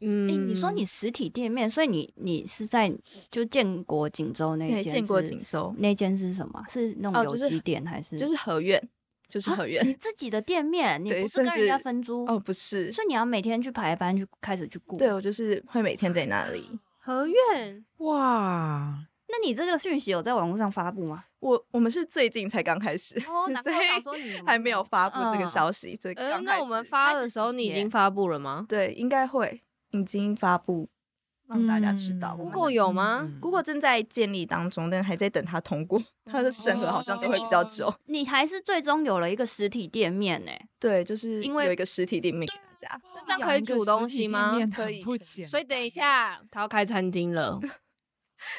[SPEAKER 1] 嗯
[SPEAKER 5] 哎、你说
[SPEAKER 3] 嗯
[SPEAKER 5] 你实体店面，所以你你是在就建国锦州那
[SPEAKER 3] 对，
[SPEAKER 5] 间是？
[SPEAKER 3] 见过锦州，
[SPEAKER 5] 那间是什么？是那种
[SPEAKER 3] 哦
[SPEAKER 5] 有
[SPEAKER 3] 就是
[SPEAKER 5] 机店还是？
[SPEAKER 3] 就是合院，就是
[SPEAKER 5] 啊
[SPEAKER 3] 合院。
[SPEAKER 5] 你自己的店面，你
[SPEAKER 3] 对
[SPEAKER 5] 不是
[SPEAKER 3] 算
[SPEAKER 5] 跟人家
[SPEAKER 3] 是
[SPEAKER 5] 分租
[SPEAKER 3] 哦，，不是，
[SPEAKER 5] 所以你要每天去排班去开始去顾。
[SPEAKER 3] 对我就是会每天在那里。
[SPEAKER 1] 合院
[SPEAKER 2] 哇，
[SPEAKER 5] 那你这个讯息有在网络上发
[SPEAKER 3] (laughs)
[SPEAKER 5] 布吗？
[SPEAKER 3] 我我们是最近才刚开始， (laughs)
[SPEAKER 5] 哦，难
[SPEAKER 3] 所
[SPEAKER 5] 怪我想
[SPEAKER 3] 以
[SPEAKER 5] 说你
[SPEAKER 3] (laughs) 还没有发布这个
[SPEAKER 5] 嗯
[SPEAKER 3] 消息。这
[SPEAKER 1] 呃，
[SPEAKER 3] 刚开
[SPEAKER 1] 那
[SPEAKER 3] 始
[SPEAKER 1] 我们发
[SPEAKER 5] 开
[SPEAKER 1] 的
[SPEAKER 5] 始
[SPEAKER 1] 时候
[SPEAKER 5] 几
[SPEAKER 1] 你已
[SPEAKER 5] 天
[SPEAKER 1] 经发布了吗
[SPEAKER 3] 对应该会已经发布，让大家知道。
[SPEAKER 2] 嗯
[SPEAKER 3] 我们
[SPEAKER 1] Google 有吗
[SPEAKER 2] 嗯
[SPEAKER 3] Google 正在建立当中，但还在等它通过，它的审核好像都会比较久。
[SPEAKER 1] 哦
[SPEAKER 5] 你还是最终有了一个实体店面呢、
[SPEAKER 3] (laughs) 对，就是
[SPEAKER 5] 因为
[SPEAKER 3] 有一个实体店面给大家。
[SPEAKER 1] 那这样可以煮东西吗？
[SPEAKER 3] 可以
[SPEAKER 2] 不
[SPEAKER 3] 可以
[SPEAKER 2] 简
[SPEAKER 1] 所以等一下，他要开餐厅了，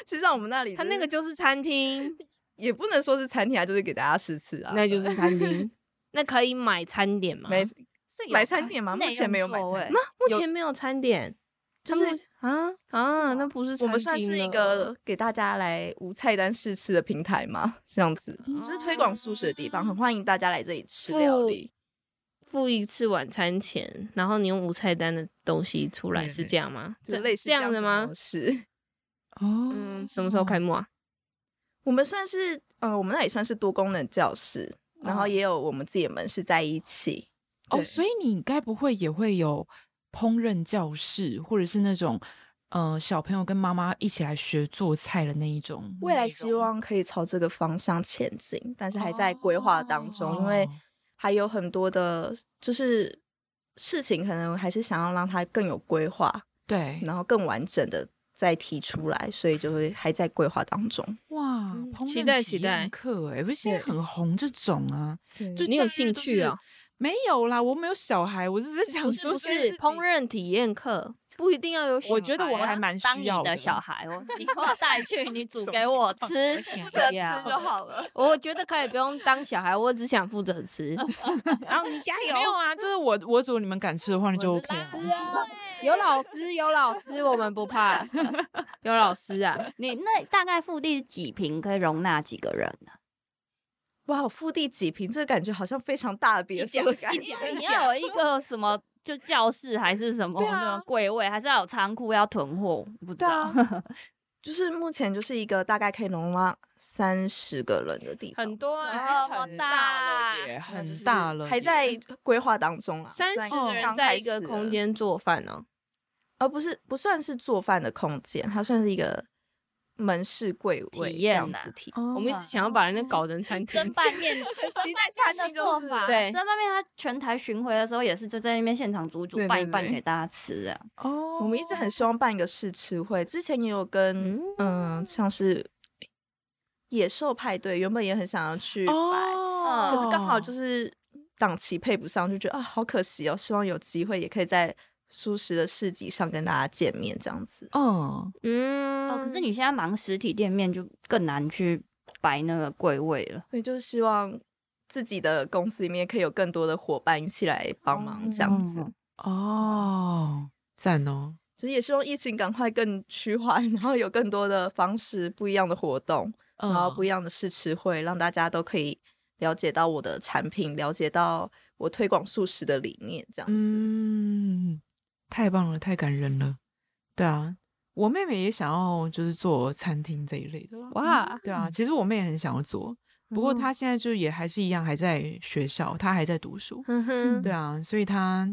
[SPEAKER 3] 其实上我们那里、
[SPEAKER 1] 他那个就是餐厅，
[SPEAKER 3] 也不能说是餐厅啊，就是给大家试吃啊。
[SPEAKER 1] (laughs) 那就是餐厅。 (laughs) 那可以买餐点吗？
[SPEAKER 3] 没
[SPEAKER 5] 所以有
[SPEAKER 3] 买餐点吗？目
[SPEAKER 5] 内
[SPEAKER 3] 前
[SPEAKER 5] 用
[SPEAKER 3] 没有买
[SPEAKER 5] 座
[SPEAKER 3] 餐
[SPEAKER 5] 位
[SPEAKER 3] 点。
[SPEAKER 1] 目前没有餐点，
[SPEAKER 3] 就
[SPEAKER 1] 他们
[SPEAKER 3] 是
[SPEAKER 1] 啊啊，那不是
[SPEAKER 3] 我们
[SPEAKER 1] 餐
[SPEAKER 3] 算
[SPEAKER 1] 厅
[SPEAKER 3] 是一
[SPEAKER 1] 了
[SPEAKER 3] 个给大家来无菜单试吃的平台嘛，这样子，
[SPEAKER 1] 哦
[SPEAKER 3] 就是推广素食的地方，很欢迎大家来这里吃料
[SPEAKER 1] 付
[SPEAKER 3] 理。
[SPEAKER 1] 付一次晚餐钱，然后你用无菜单的东西出来，
[SPEAKER 2] 对
[SPEAKER 1] 是这样吗？
[SPEAKER 3] 就类似
[SPEAKER 1] 这样
[SPEAKER 3] 子
[SPEAKER 1] 的吗？
[SPEAKER 3] 是，
[SPEAKER 2] 哦，
[SPEAKER 1] 嗯，什么时候开幕啊？
[SPEAKER 3] 我们算是，呃，我们那里算是多功能教室，然
[SPEAKER 1] 哦
[SPEAKER 3] 后也有我们自己的门市在一起。
[SPEAKER 2] 哦，
[SPEAKER 3] 对
[SPEAKER 2] 所以你该不会也会有烹饪教室，或者是那种呃小朋友跟妈妈一起来学做菜的那一种？
[SPEAKER 3] 未来希望可以朝这个方向前进，但是还在规划当中，因为
[SPEAKER 2] 哦
[SPEAKER 3] 还有很多的，就是事情可能还是想要让它更有规划，
[SPEAKER 2] 对，
[SPEAKER 3] 然后更完整的再提出来，所以就会还在规划当中。
[SPEAKER 2] 哇
[SPEAKER 1] 嗯，
[SPEAKER 2] 烹
[SPEAKER 1] 期
[SPEAKER 2] 饪
[SPEAKER 1] 待
[SPEAKER 2] 体
[SPEAKER 1] 期待
[SPEAKER 2] 验课哎，不是现在
[SPEAKER 3] 对嗯
[SPEAKER 2] 很红这种啊？就
[SPEAKER 1] 你有
[SPEAKER 2] 假日
[SPEAKER 1] 兴
[SPEAKER 2] 都
[SPEAKER 1] 趣
[SPEAKER 2] 是
[SPEAKER 1] 啊？
[SPEAKER 2] 没有啦，我没有小孩，我只是想
[SPEAKER 1] 不是
[SPEAKER 2] 说
[SPEAKER 1] 不
[SPEAKER 2] 现在
[SPEAKER 1] 是，
[SPEAKER 2] 自己
[SPEAKER 1] 烹。饪体验课不一定要有小孩啊。
[SPEAKER 2] 我觉得我还蛮
[SPEAKER 5] 当
[SPEAKER 2] 需
[SPEAKER 5] 你
[SPEAKER 2] 要
[SPEAKER 5] 的小孩，我以后带去，
[SPEAKER 2] (laughs)
[SPEAKER 5] 你煮给我吃，
[SPEAKER 3] 要
[SPEAKER 5] 对呀
[SPEAKER 3] 吃就好了。
[SPEAKER 1] 我觉得可以不用当小孩，我只想负责吃。然后你加油
[SPEAKER 2] 没有啊，就是我我煮你们敢吃的 (laughs) 话，那就 OK
[SPEAKER 1] 是
[SPEAKER 2] 了。
[SPEAKER 5] (laughs)
[SPEAKER 1] 啊，有老师，有老师，我们不怕，有老师啊。
[SPEAKER 5] 你那大概腹地几平可以容纳几个人啊呢、
[SPEAKER 3] 哇，腹地几平，这个感觉好像非常大的别墅的感觉。
[SPEAKER 5] 你要有一个什么就教室还是什么
[SPEAKER 2] 对啊
[SPEAKER 5] 那种柜位，还是要有仓库要囤货，不知
[SPEAKER 2] 对
[SPEAKER 5] 道。
[SPEAKER 2] (laughs) 啊，
[SPEAKER 3] 就是目前就是一个大概可以容纳三十个人的地方，
[SPEAKER 1] 很多
[SPEAKER 5] 啊
[SPEAKER 1] 啊，
[SPEAKER 5] 这么大
[SPEAKER 2] 了耶，
[SPEAKER 3] 那就是
[SPEAKER 2] 很大了耶，
[SPEAKER 3] 还在规划当中啊。
[SPEAKER 1] 三十
[SPEAKER 3] 虽
[SPEAKER 1] 个
[SPEAKER 3] 然
[SPEAKER 1] 人
[SPEAKER 3] 刚
[SPEAKER 1] 在
[SPEAKER 3] 开
[SPEAKER 1] 一个
[SPEAKER 3] 始
[SPEAKER 1] 空
[SPEAKER 3] 了，
[SPEAKER 1] 间做饭哦呢、
[SPEAKER 3] 而不是不算是做饭的空间，它算是一个门市柜位
[SPEAKER 5] 体
[SPEAKER 3] 这
[SPEAKER 5] 验
[SPEAKER 3] 样
[SPEAKER 5] 呐
[SPEAKER 3] 子体。
[SPEAKER 1] 我
[SPEAKER 2] 我
[SPEAKER 1] 们一直想要把人家搞成餐
[SPEAKER 5] 蒸
[SPEAKER 1] 厅，
[SPEAKER 5] 拌面，蒸拌面的做法，
[SPEAKER 1] 对
[SPEAKER 5] 蒸拌面它全台巡回的时候也是就在那边现场煮煮
[SPEAKER 3] 对
[SPEAKER 5] 拌一
[SPEAKER 3] 对
[SPEAKER 5] 拌
[SPEAKER 3] 对
[SPEAKER 5] 给大家吃啊。
[SPEAKER 2] 哦，
[SPEAKER 3] 我们一直很希望办一个试吃会，之前也有跟嗯、像是野兽派对，原本也很想要去摆，
[SPEAKER 2] 哦，
[SPEAKER 3] 可是刚好就是是档期配不上，就觉得啊好可惜哦。希望有机会也可以在素食的市集上跟大家见面，这样子。
[SPEAKER 2] 嗯，
[SPEAKER 1] 嗯、
[SPEAKER 5] 哦，可是你现在忙实体店面就更难去摆那个柜位了。
[SPEAKER 3] 所以就是希望自己的公司里面可以有更多的伙伴一起来帮忙，这样子。
[SPEAKER 5] 嗯
[SPEAKER 2] 哦，赞哦，
[SPEAKER 3] 就是也希望疫情赶快更趋缓， (laughs) 然后有更多的方式、不一样的活动，
[SPEAKER 2] 嗯
[SPEAKER 3] 然后不一样的试吃会，让大家都可以了解到我的产品，了解到我推广素食的理念，这样子。
[SPEAKER 2] 嗯，太棒了，太感人了。对啊，我妹妹也想要就是做餐厅这一类的。
[SPEAKER 5] 嗯
[SPEAKER 1] 哇，
[SPEAKER 2] 对啊，其实我妹也很想要做，不
[SPEAKER 3] 嗯
[SPEAKER 2] 过她现在就也还是一样还在学校，她还在读书。
[SPEAKER 1] 哼
[SPEAKER 3] 嗯
[SPEAKER 1] 哼，
[SPEAKER 2] 对啊，所以她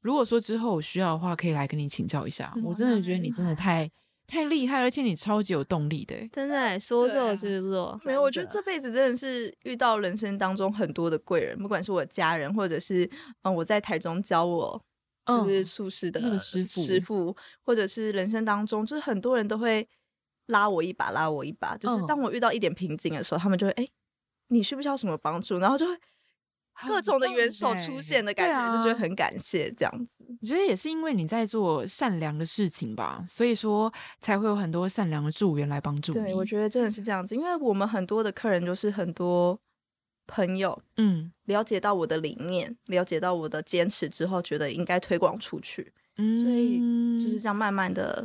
[SPEAKER 2] 如果说之后有需要的话，可以来跟你请教一下。
[SPEAKER 3] 嗯
[SPEAKER 2] 我真的觉得你真的太太厉害，而且你超级有动力的欸。
[SPEAKER 1] 真的欸说
[SPEAKER 3] 对
[SPEAKER 1] 做
[SPEAKER 3] 啊
[SPEAKER 1] 就做，
[SPEAKER 3] 没有，我觉得这辈子真的是遇到人生当中很多的贵人，不管是我家人，或者是嗯我在台中教我
[SPEAKER 2] 嗯
[SPEAKER 3] 就是素食
[SPEAKER 2] 那个
[SPEAKER 3] 的
[SPEAKER 2] 师傅
[SPEAKER 3] 师傅，或者是人生当中，就是很多人都会拉我一把，拉我一把。就是
[SPEAKER 2] 嗯
[SPEAKER 3] 当我遇到一点瓶颈的时候，他们就会哎、诶你需不需要什么帮助？然后就会各种的
[SPEAKER 2] 很
[SPEAKER 3] 援手
[SPEAKER 2] 棒
[SPEAKER 3] 出
[SPEAKER 2] 欸
[SPEAKER 3] 现的感觉，
[SPEAKER 2] 对啊
[SPEAKER 3] 就觉得很感谢这样子。
[SPEAKER 2] 我觉得也是因为你在做善良的事情吧，所以说才会有很多善良的助缘来帮助你。
[SPEAKER 3] 对，我觉得真的是这样子，因为我们很多的客人就是很多朋友。
[SPEAKER 2] 嗯
[SPEAKER 3] 了解到我的理念，了解到我的坚持之后，觉得应该推广出去，
[SPEAKER 2] 嗯，
[SPEAKER 3] 所以就是这样慢慢的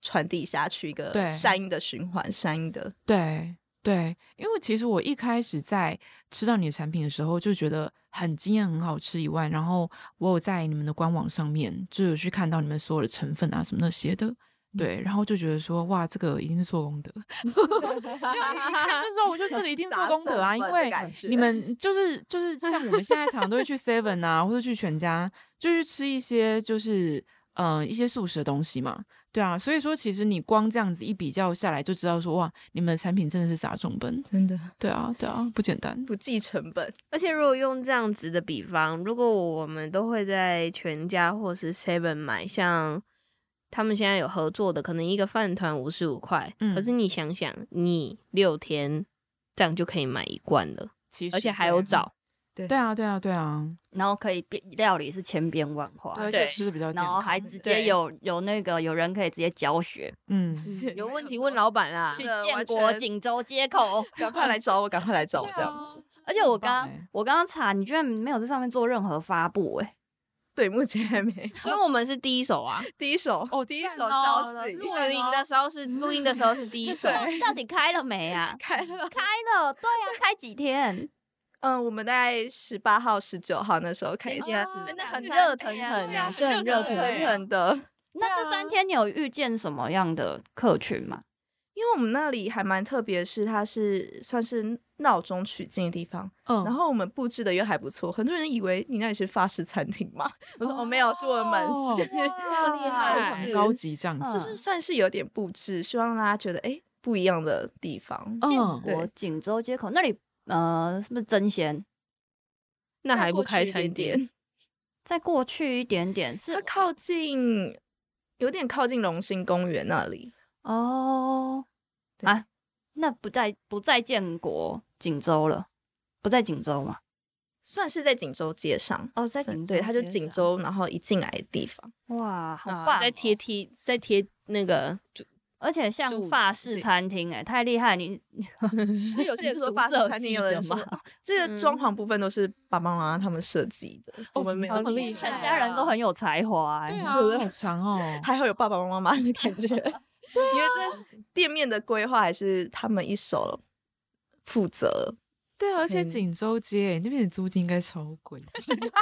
[SPEAKER 3] 传递下去，一个
[SPEAKER 2] 对
[SPEAKER 3] 善意的循环，善意的
[SPEAKER 2] 对，对，因为其实我一开始在吃到你的产品的时候，就觉得很惊艳、很好吃以外，然后我有在你们的官网上面就有去看到你们所有的成分啊什么那些的，
[SPEAKER 3] 嗯
[SPEAKER 2] 对，然后就觉得说哇，这个一定是做功
[SPEAKER 3] (laughs)
[SPEAKER 2] 德， (laughs) 对，一看就说我觉得这个一定做功德
[SPEAKER 3] (laughs)
[SPEAKER 2] 啊，因为你们就是就是像我们现在常常都会去 Seven 啊，或者去全家，就去吃一些就是嗯、呃一些素食的东西嘛，对啊，所以说其实你光这样子一比较下来，就知道说哇，你们的产品真的是砸重本，
[SPEAKER 3] 真的
[SPEAKER 2] 对啊对啊，不简单，
[SPEAKER 3] 不计
[SPEAKER 2] (laughs)
[SPEAKER 3] 成本，
[SPEAKER 1] 而且如果用这样子的比方，如果我们都会在全家或是 Seven 买，像他们现在有合作的，可能一个饭团五十五块，
[SPEAKER 2] 嗯
[SPEAKER 1] 可是你想想，你六天这样就可以买一罐了，
[SPEAKER 2] 其实
[SPEAKER 1] 而且还有 (laughs) 找，
[SPEAKER 2] 对啊对啊对啊，
[SPEAKER 5] 然后可以变料理是千变万化，
[SPEAKER 2] 对而且吃的比较健
[SPEAKER 5] 然后
[SPEAKER 2] 康，
[SPEAKER 5] 还直接
[SPEAKER 3] 对
[SPEAKER 5] 有有那个有人可以直接教学，
[SPEAKER 2] 嗯，
[SPEAKER 1] 有问题问老板啊
[SPEAKER 5] 去
[SPEAKER 1] (laughs)
[SPEAKER 3] 真。的
[SPEAKER 5] 建
[SPEAKER 3] 完
[SPEAKER 5] 国
[SPEAKER 3] 全
[SPEAKER 5] 锦州街口。
[SPEAKER 3] 赶快来找我，赶快来找我这样。
[SPEAKER 2] 样，
[SPEAKER 5] 而且我刚
[SPEAKER 2] 啊很棒欸
[SPEAKER 5] 我刚刚查，你居然没有在上面做任何发布哎、
[SPEAKER 3] 对，目前还没
[SPEAKER 1] 所以我们是第一手 (laughs) 啊，
[SPEAKER 3] 第一手
[SPEAKER 2] 哦
[SPEAKER 3] 第一
[SPEAKER 2] 赞
[SPEAKER 3] 手消
[SPEAKER 2] 哦
[SPEAKER 3] 息
[SPEAKER 1] 录音的时候是录音的时候是第一哦手，
[SPEAKER 3] 对？
[SPEAKER 5] 到底开了没啊
[SPEAKER 3] 开了。
[SPEAKER 5] 开了，对啊，开几天？
[SPEAKER 3] (laughs) 嗯，我们大概十八号、十九号那时候开
[SPEAKER 5] 啊
[SPEAKER 1] (laughs)
[SPEAKER 3] 始，
[SPEAKER 2] 啊
[SPEAKER 1] 真的很热腾腾
[SPEAKER 5] 对
[SPEAKER 1] 啊
[SPEAKER 5] 啊，
[SPEAKER 1] 这很热腾
[SPEAKER 3] 腾
[SPEAKER 1] 腾。
[SPEAKER 3] 腾的。
[SPEAKER 5] 那
[SPEAKER 2] 啊
[SPEAKER 5] 这三天你有遇见什么样的客群吗？
[SPEAKER 3] 因为我们那里还蛮特别，是它是算是闹中取静的地方，
[SPEAKER 2] 嗯
[SPEAKER 3] 然后我们布置的又还不错，很多人以为你那里是法式餐厅嘛，我说哦没 (laughs) 有，是我们
[SPEAKER 2] 哦
[SPEAKER 3] 门市，
[SPEAKER 5] 哇
[SPEAKER 1] 厉害
[SPEAKER 2] 很
[SPEAKER 3] 是
[SPEAKER 2] 欸高级这样子，
[SPEAKER 5] 嗯
[SPEAKER 3] 就是算是有点布置，希望让大家觉得哎不一样的地方。
[SPEAKER 2] 嗯
[SPEAKER 5] 建
[SPEAKER 3] 对
[SPEAKER 5] 国锦州街口那里，呃，是不是真鲜？
[SPEAKER 1] 那还不
[SPEAKER 3] 过去
[SPEAKER 1] 开
[SPEAKER 3] 一点
[SPEAKER 1] 餐
[SPEAKER 3] 点
[SPEAKER 1] 店？
[SPEAKER 5] 再过去一点点是
[SPEAKER 3] (laughs) 它靠近有点靠近龙兴公园那里，
[SPEAKER 5] 哦
[SPEAKER 3] 对
[SPEAKER 5] 啊，那不在不在建国锦州了，不在锦州嘛？
[SPEAKER 3] 算是在锦州街上。
[SPEAKER 5] 哦，在
[SPEAKER 3] 算
[SPEAKER 5] 锦州
[SPEAKER 3] 对，
[SPEAKER 5] 街上，
[SPEAKER 3] 它就锦州，然后一进来的地方，
[SPEAKER 5] 哇，好棒、哦
[SPEAKER 1] 啊，再贴，贴再贴那个就
[SPEAKER 5] 而且像
[SPEAKER 1] 住
[SPEAKER 5] 法
[SPEAKER 1] 址
[SPEAKER 5] 式
[SPEAKER 1] 对
[SPEAKER 5] 餐厅，哎，太厉害！你
[SPEAKER 3] 就有些人说
[SPEAKER 5] 你是
[SPEAKER 3] 法式
[SPEAKER 5] 独设
[SPEAKER 3] 餐厅，
[SPEAKER 5] 计
[SPEAKER 3] 有人
[SPEAKER 5] 的
[SPEAKER 3] 说
[SPEAKER 5] 吗
[SPEAKER 3] 哦 (laughs) 这个装潢部分都是爸爸妈妈他们设计的，我们没有
[SPEAKER 2] 这么
[SPEAKER 3] 设计
[SPEAKER 2] 厉害
[SPEAKER 5] 全家人都很有才华、哎
[SPEAKER 2] 对
[SPEAKER 5] 就
[SPEAKER 2] 啊，好长
[SPEAKER 3] (laughs)
[SPEAKER 2] 哦，
[SPEAKER 3] 还好有爸爸妈妈的感觉。对、因为这店面的规划还是他们一手负责。
[SPEAKER 2] 对啊，而且
[SPEAKER 3] 嗯
[SPEAKER 2] 锦州街那边的租金应该超贵。 (laughs)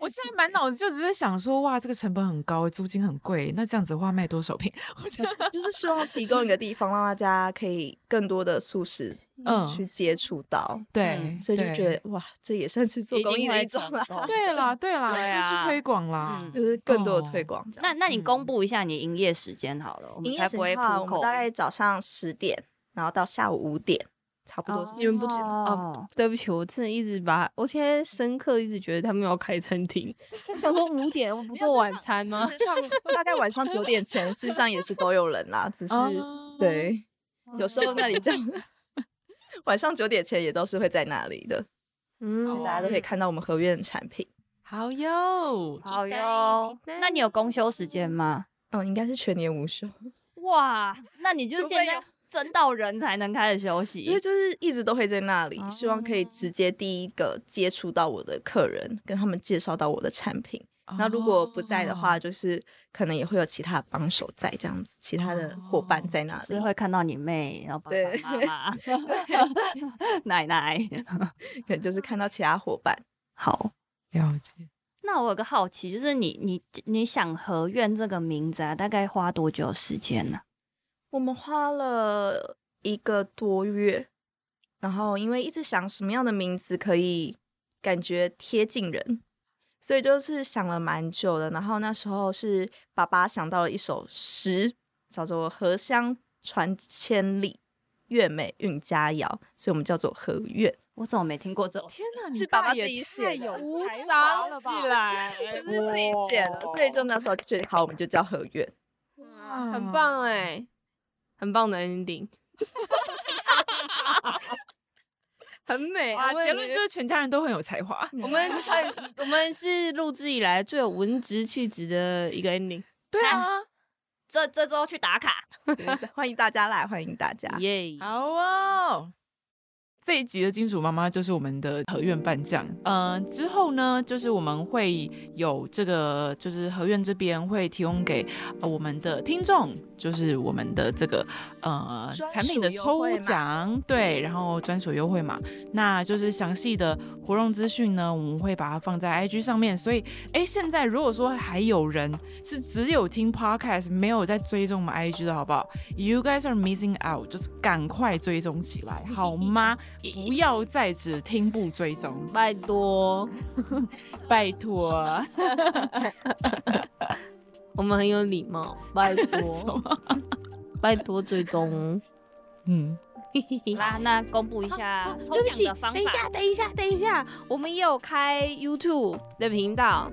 [SPEAKER 2] 我现在满脑子就只是想说，哇，这个成本很高，租金很贵，那这样子的话卖多少
[SPEAKER 3] (laughs)
[SPEAKER 2] 瓶？我觉得，
[SPEAKER 3] 就是希望提供一个地方，让大家可以更多的素食
[SPEAKER 2] 嗯
[SPEAKER 3] 去接触到，
[SPEAKER 2] 对，
[SPEAKER 3] 嗯所以就
[SPEAKER 2] 对
[SPEAKER 3] 觉得哇，这也算是做
[SPEAKER 1] 一定
[SPEAKER 3] 公益的
[SPEAKER 1] 会
[SPEAKER 3] 一种啦，
[SPEAKER 5] 成功
[SPEAKER 2] 对啦，对啦，
[SPEAKER 5] 对啊
[SPEAKER 2] 就是推广啦。
[SPEAKER 5] 嗯
[SPEAKER 3] 就是更多的推广这样。
[SPEAKER 5] (laughs) 那那你
[SPEAKER 2] 嗯
[SPEAKER 5] 公布一下你营业时间好了，我们
[SPEAKER 3] 营
[SPEAKER 5] 才
[SPEAKER 3] 业时
[SPEAKER 5] 不会
[SPEAKER 3] 间的话，
[SPEAKER 5] 扑
[SPEAKER 3] 我们
[SPEAKER 5] 口。
[SPEAKER 3] 大概早上十点，然后到下午五点，差
[SPEAKER 5] 啊
[SPEAKER 3] 不多是这样。
[SPEAKER 5] 哦，
[SPEAKER 1] 对不起，我真的一直把我现在深刻一直觉得他们要开餐厅，我 (laughs) 想说五点我不做晚餐吗？
[SPEAKER 3] 事实上，大概晚上九点前，事实上也是都有人啦，只是
[SPEAKER 2] 哦，
[SPEAKER 3] 对，有时候那里这样， (laughs) 晚上九点前也都是会在那里的，
[SPEAKER 1] 嗯
[SPEAKER 3] 大家都可以看到我们合约的产品。
[SPEAKER 2] 好哟，
[SPEAKER 5] 好
[SPEAKER 1] 期待
[SPEAKER 5] 哟
[SPEAKER 1] 期。待
[SPEAKER 5] 那你有公休时间吗？
[SPEAKER 3] 嗯，应该是全年无休，
[SPEAKER 5] 哇，那你就
[SPEAKER 3] 除非
[SPEAKER 5] 现
[SPEAKER 3] 有
[SPEAKER 5] 在争到人才能开始休
[SPEAKER 3] 因
[SPEAKER 5] 息
[SPEAKER 3] 为。就是一直都会在那里，希望可以
[SPEAKER 5] 哦
[SPEAKER 3] 直接第一个接触到我的客人，跟他们介绍到我的产品。那如果不在的话，
[SPEAKER 2] 哦，
[SPEAKER 3] 就是可能也会有其他帮手在这样子，其他的伙伴在那
[SPEAKER 5] 哦是
[SPEAKER 3] 里，
[SPEAKER 5] 会看到你妹，然后爸
[SPEAKER 3] 对
[SPEAKER 5] 爸妈妈、 (laughs) 奶奶。
[SPEAKER 3] 可能就是看到其他伙伴。
[SPEAKER 5] 好，
[SPEAKER 2] 了解。
[SPEAKER 5] 那我有个好奇，就是你你你想合院这个名字啊，大概花多久时间呢、
[SPEAKER 3] 我们花了一个多月，然后因为一直想什么样的名字可以感觉贴近人，所以就是想了蛮久的。然后那时候是爸爸想到了一首诗，叫做《荷香传千里》。月美韵佳肴，所以我们叫做和苑，
[SPEAKER 5] 我怎么没听过这种？
[SPEAKER 2] 天哪，
[SPEAKER 3] 是
[SPEAKER 2] 你
[SPEAKER 3] 爸爸
[SPEAKER 2] 也
[SPEAKER 3] 自己写
[SPEAKER 2] 太
[SPEAKER 3] 的
[SPEAKER 2] 有才华
[SPEAKER 1] 长
[SPEAKER 2] 了
[SPEAKER 1] 起
[SPEAKER 2] 吧？
[SPEAKER 1] 来，
[SPEAKER 3] 就是自己写的，所以就那时候就觉得好，我们就叫和 (laughs) 苑。
[SPEAKER 2] 哇
[SPEAKER 1] 很棒哎、很棒的 ending，很美。
[SPEAKER 2] 哇
[SPEAKER 1] 我们
[SPEAKER 2] 结论就是全家人都很有才华。
[SPEAKER 1] 我们很我们是录制以来最有文职气质的一个 ending，
[SPEAKER 2] 对啊，
[SPEAKER 5] 这这周去打卡，
[SPEAKER 3] (laughs) 欢迎大家来，欢迎大家。
[SPEAKER 1] 耶、
[SPEAKER 2] 好哦。这一集的金主妈妈就是我们的和苑半将，嗯、之后呢，就是我们会有这个，就是和苑这边会提供给、呃我们的听众就是我们的这个呃
[SPEAKER 3] 专属
[SPEAKER 2] 产品的
[SPEAKER 3] 优惠
[SPEAKER 2] 抽
[SPEAKER 3] 码
[SPEAKER 2] 奖，对，然后专属优惠码，那就是详细的活动资讯呢，我们会把它放在 IG 上面。所以，哎，现在如果说还有人是只有听 podcast 没有在追踪我们 IG 的好不好？You guys are missing out，就是赶快追踪起来好
[SPEAKER 3] (laughs)
[SPEAKER 2] 吗？不要再只听不追踪，
[SPEAKER 1] 拜托，
[SPEAKER 2] 拜托。
[SPEAKER 1] 我们很有礼貌，拜托，拜托追踪。
[SPEAKER 2] 嗯，
[SPEAKER 5] 好啦，那公布一下抽
[SPEAKER 1] 对不
[SPEAKER 5] 奖
[SPEAKER 1] 起
[SPEAKER 5] 的方，
[SPEAKER 1] 等一下，
[SPEAKER 5] 法。
[SPEAKER 1] 等一下，等一下，我们也有开 YouTube 的频道，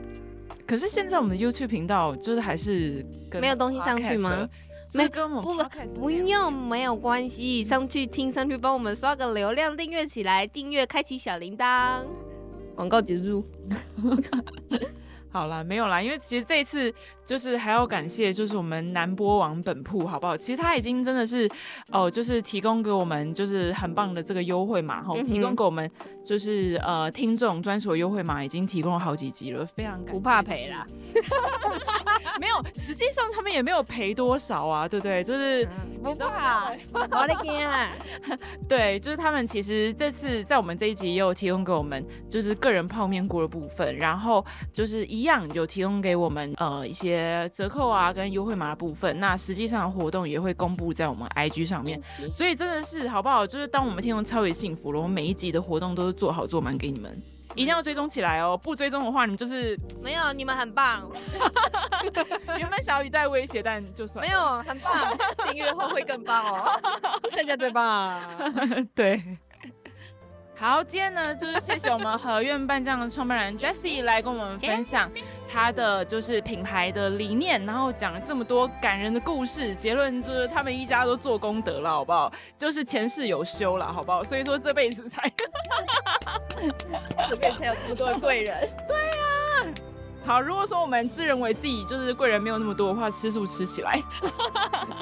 [SPEAKER 2] 可是现在我们的 YouTube 频道就是还是跟
[SPEAKER 1] 没有东西上去吗
[SPEAKER 2] podcast 的？
[SPEAKER 1] 没
[SPEAKER 2] 没跟我
[SPEAKER 1] 不
[SPEAKER 2] 们 podcast
[SPEAKER 1] 不用，没有关系，上去听，上去帮我们刷个流量，订阅起来，订阅，开启小铃铛。广告结束，
[SPEAKER 2] 好啦，没有啦，因为其实这一次就是还要感谢，就是我们南波王本铺，好不好？其实他已经真的是哦、就是提供给我们就是很棒的这个优惠码，
[SPEAKER 1] 嗯
[SPEAKER 2] 吼、
[SPEAKER 1] 哼
[SPEAKER 2] 提供给我们就是呃听众专属的优惠码，已经提供了好几集了，非常感谢、
[SPEAKER 1] 不怕赔啦。
[SPEAKER 2] 就是。 (laughs) 没有，实际上他们也没有赔多少啊，对不对？就是
[SPEAKER 3] 嗯啊
[SPEAKER 1] 不怕，啊我的天
[SPEAKER 3] (laughs)
[SPEAKER 1] 啊！
[SPEAKER 2] 对，就是他们其实这次在我们这一集也有提供给我们，就是个人泡面锅的部分，然后就是一样有提供给我们呃一些折扣啊跟优惠码的部分。那实际上的活动也会公布在我们 IG 上面，所以真的是好不好？就是当我们听众超级幸福了，我们每一集的活动都是做好做满给你们，一定要追踪起来哦。不追踪的话，你们就是
[SPEAKER 1] 没有，你们很
[SPEAKER 3] (laughs)
[SPEAKER 1] 棒，
[SPEAKER 2] 原本小雨带威胁，但就算
[SPEAKER 1] 没有，很棒，
[SPEAKER 3] (laughs) 订阅后会更棒
[SPEAKER 1] (laughs)
[SPEAKER 3] 哦。
[SPEAKER 1] 大家最
[SPEAKER 3] (laughs)
[SPEAKER 1] 棒。
[SPEAKER 2] 对。好，今天呢，就是谢谢我们和苑拌酱的创办人 Jessie 来跟我们分享她的就是品牌的理念，然后讲了这么多感人的故事，结论就是他们一家都做功德了，好不好？就是前世有修了，好不好？所以说这辈子才 (laughs)
[SPEAKER 3] 这边才有这么多的贵人，
[SPEAKER 2] 好。如果说我们自认为自己就是贵人没有那么多的话，吃素吃起来。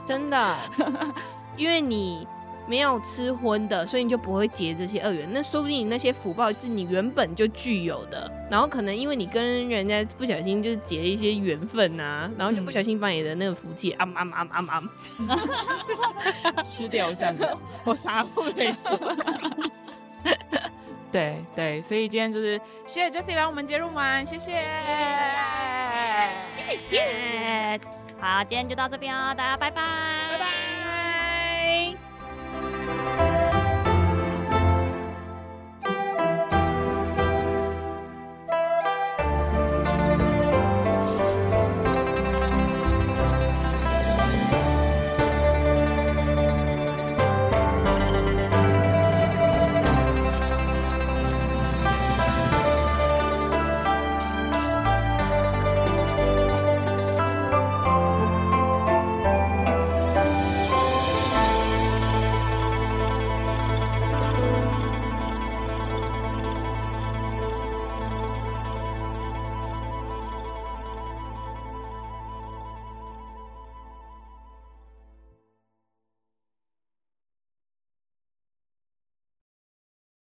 [SPEAKER 1] 真的，因为你没有吃荤的，所以你就不会结这些恶缘。那说不定你那些福报是你原本就具有的，然后可能因为你跟人家不小心就是结一些缘分啊，然后就不
[SPEAKER 3] 嗯
[SPEAKER 1] 小心把你的那个福气啊啊啊啊啊，
[SPEAKER 2] 吃掉这样子， (laughs) 我啥都没说。 (laughs) 对对，所以今天就是谢谢 Jessie 来我们节目玩，谢谢。
[SPEAKER 5] 谢谢，好，今天就到这边哦，大家拜拜。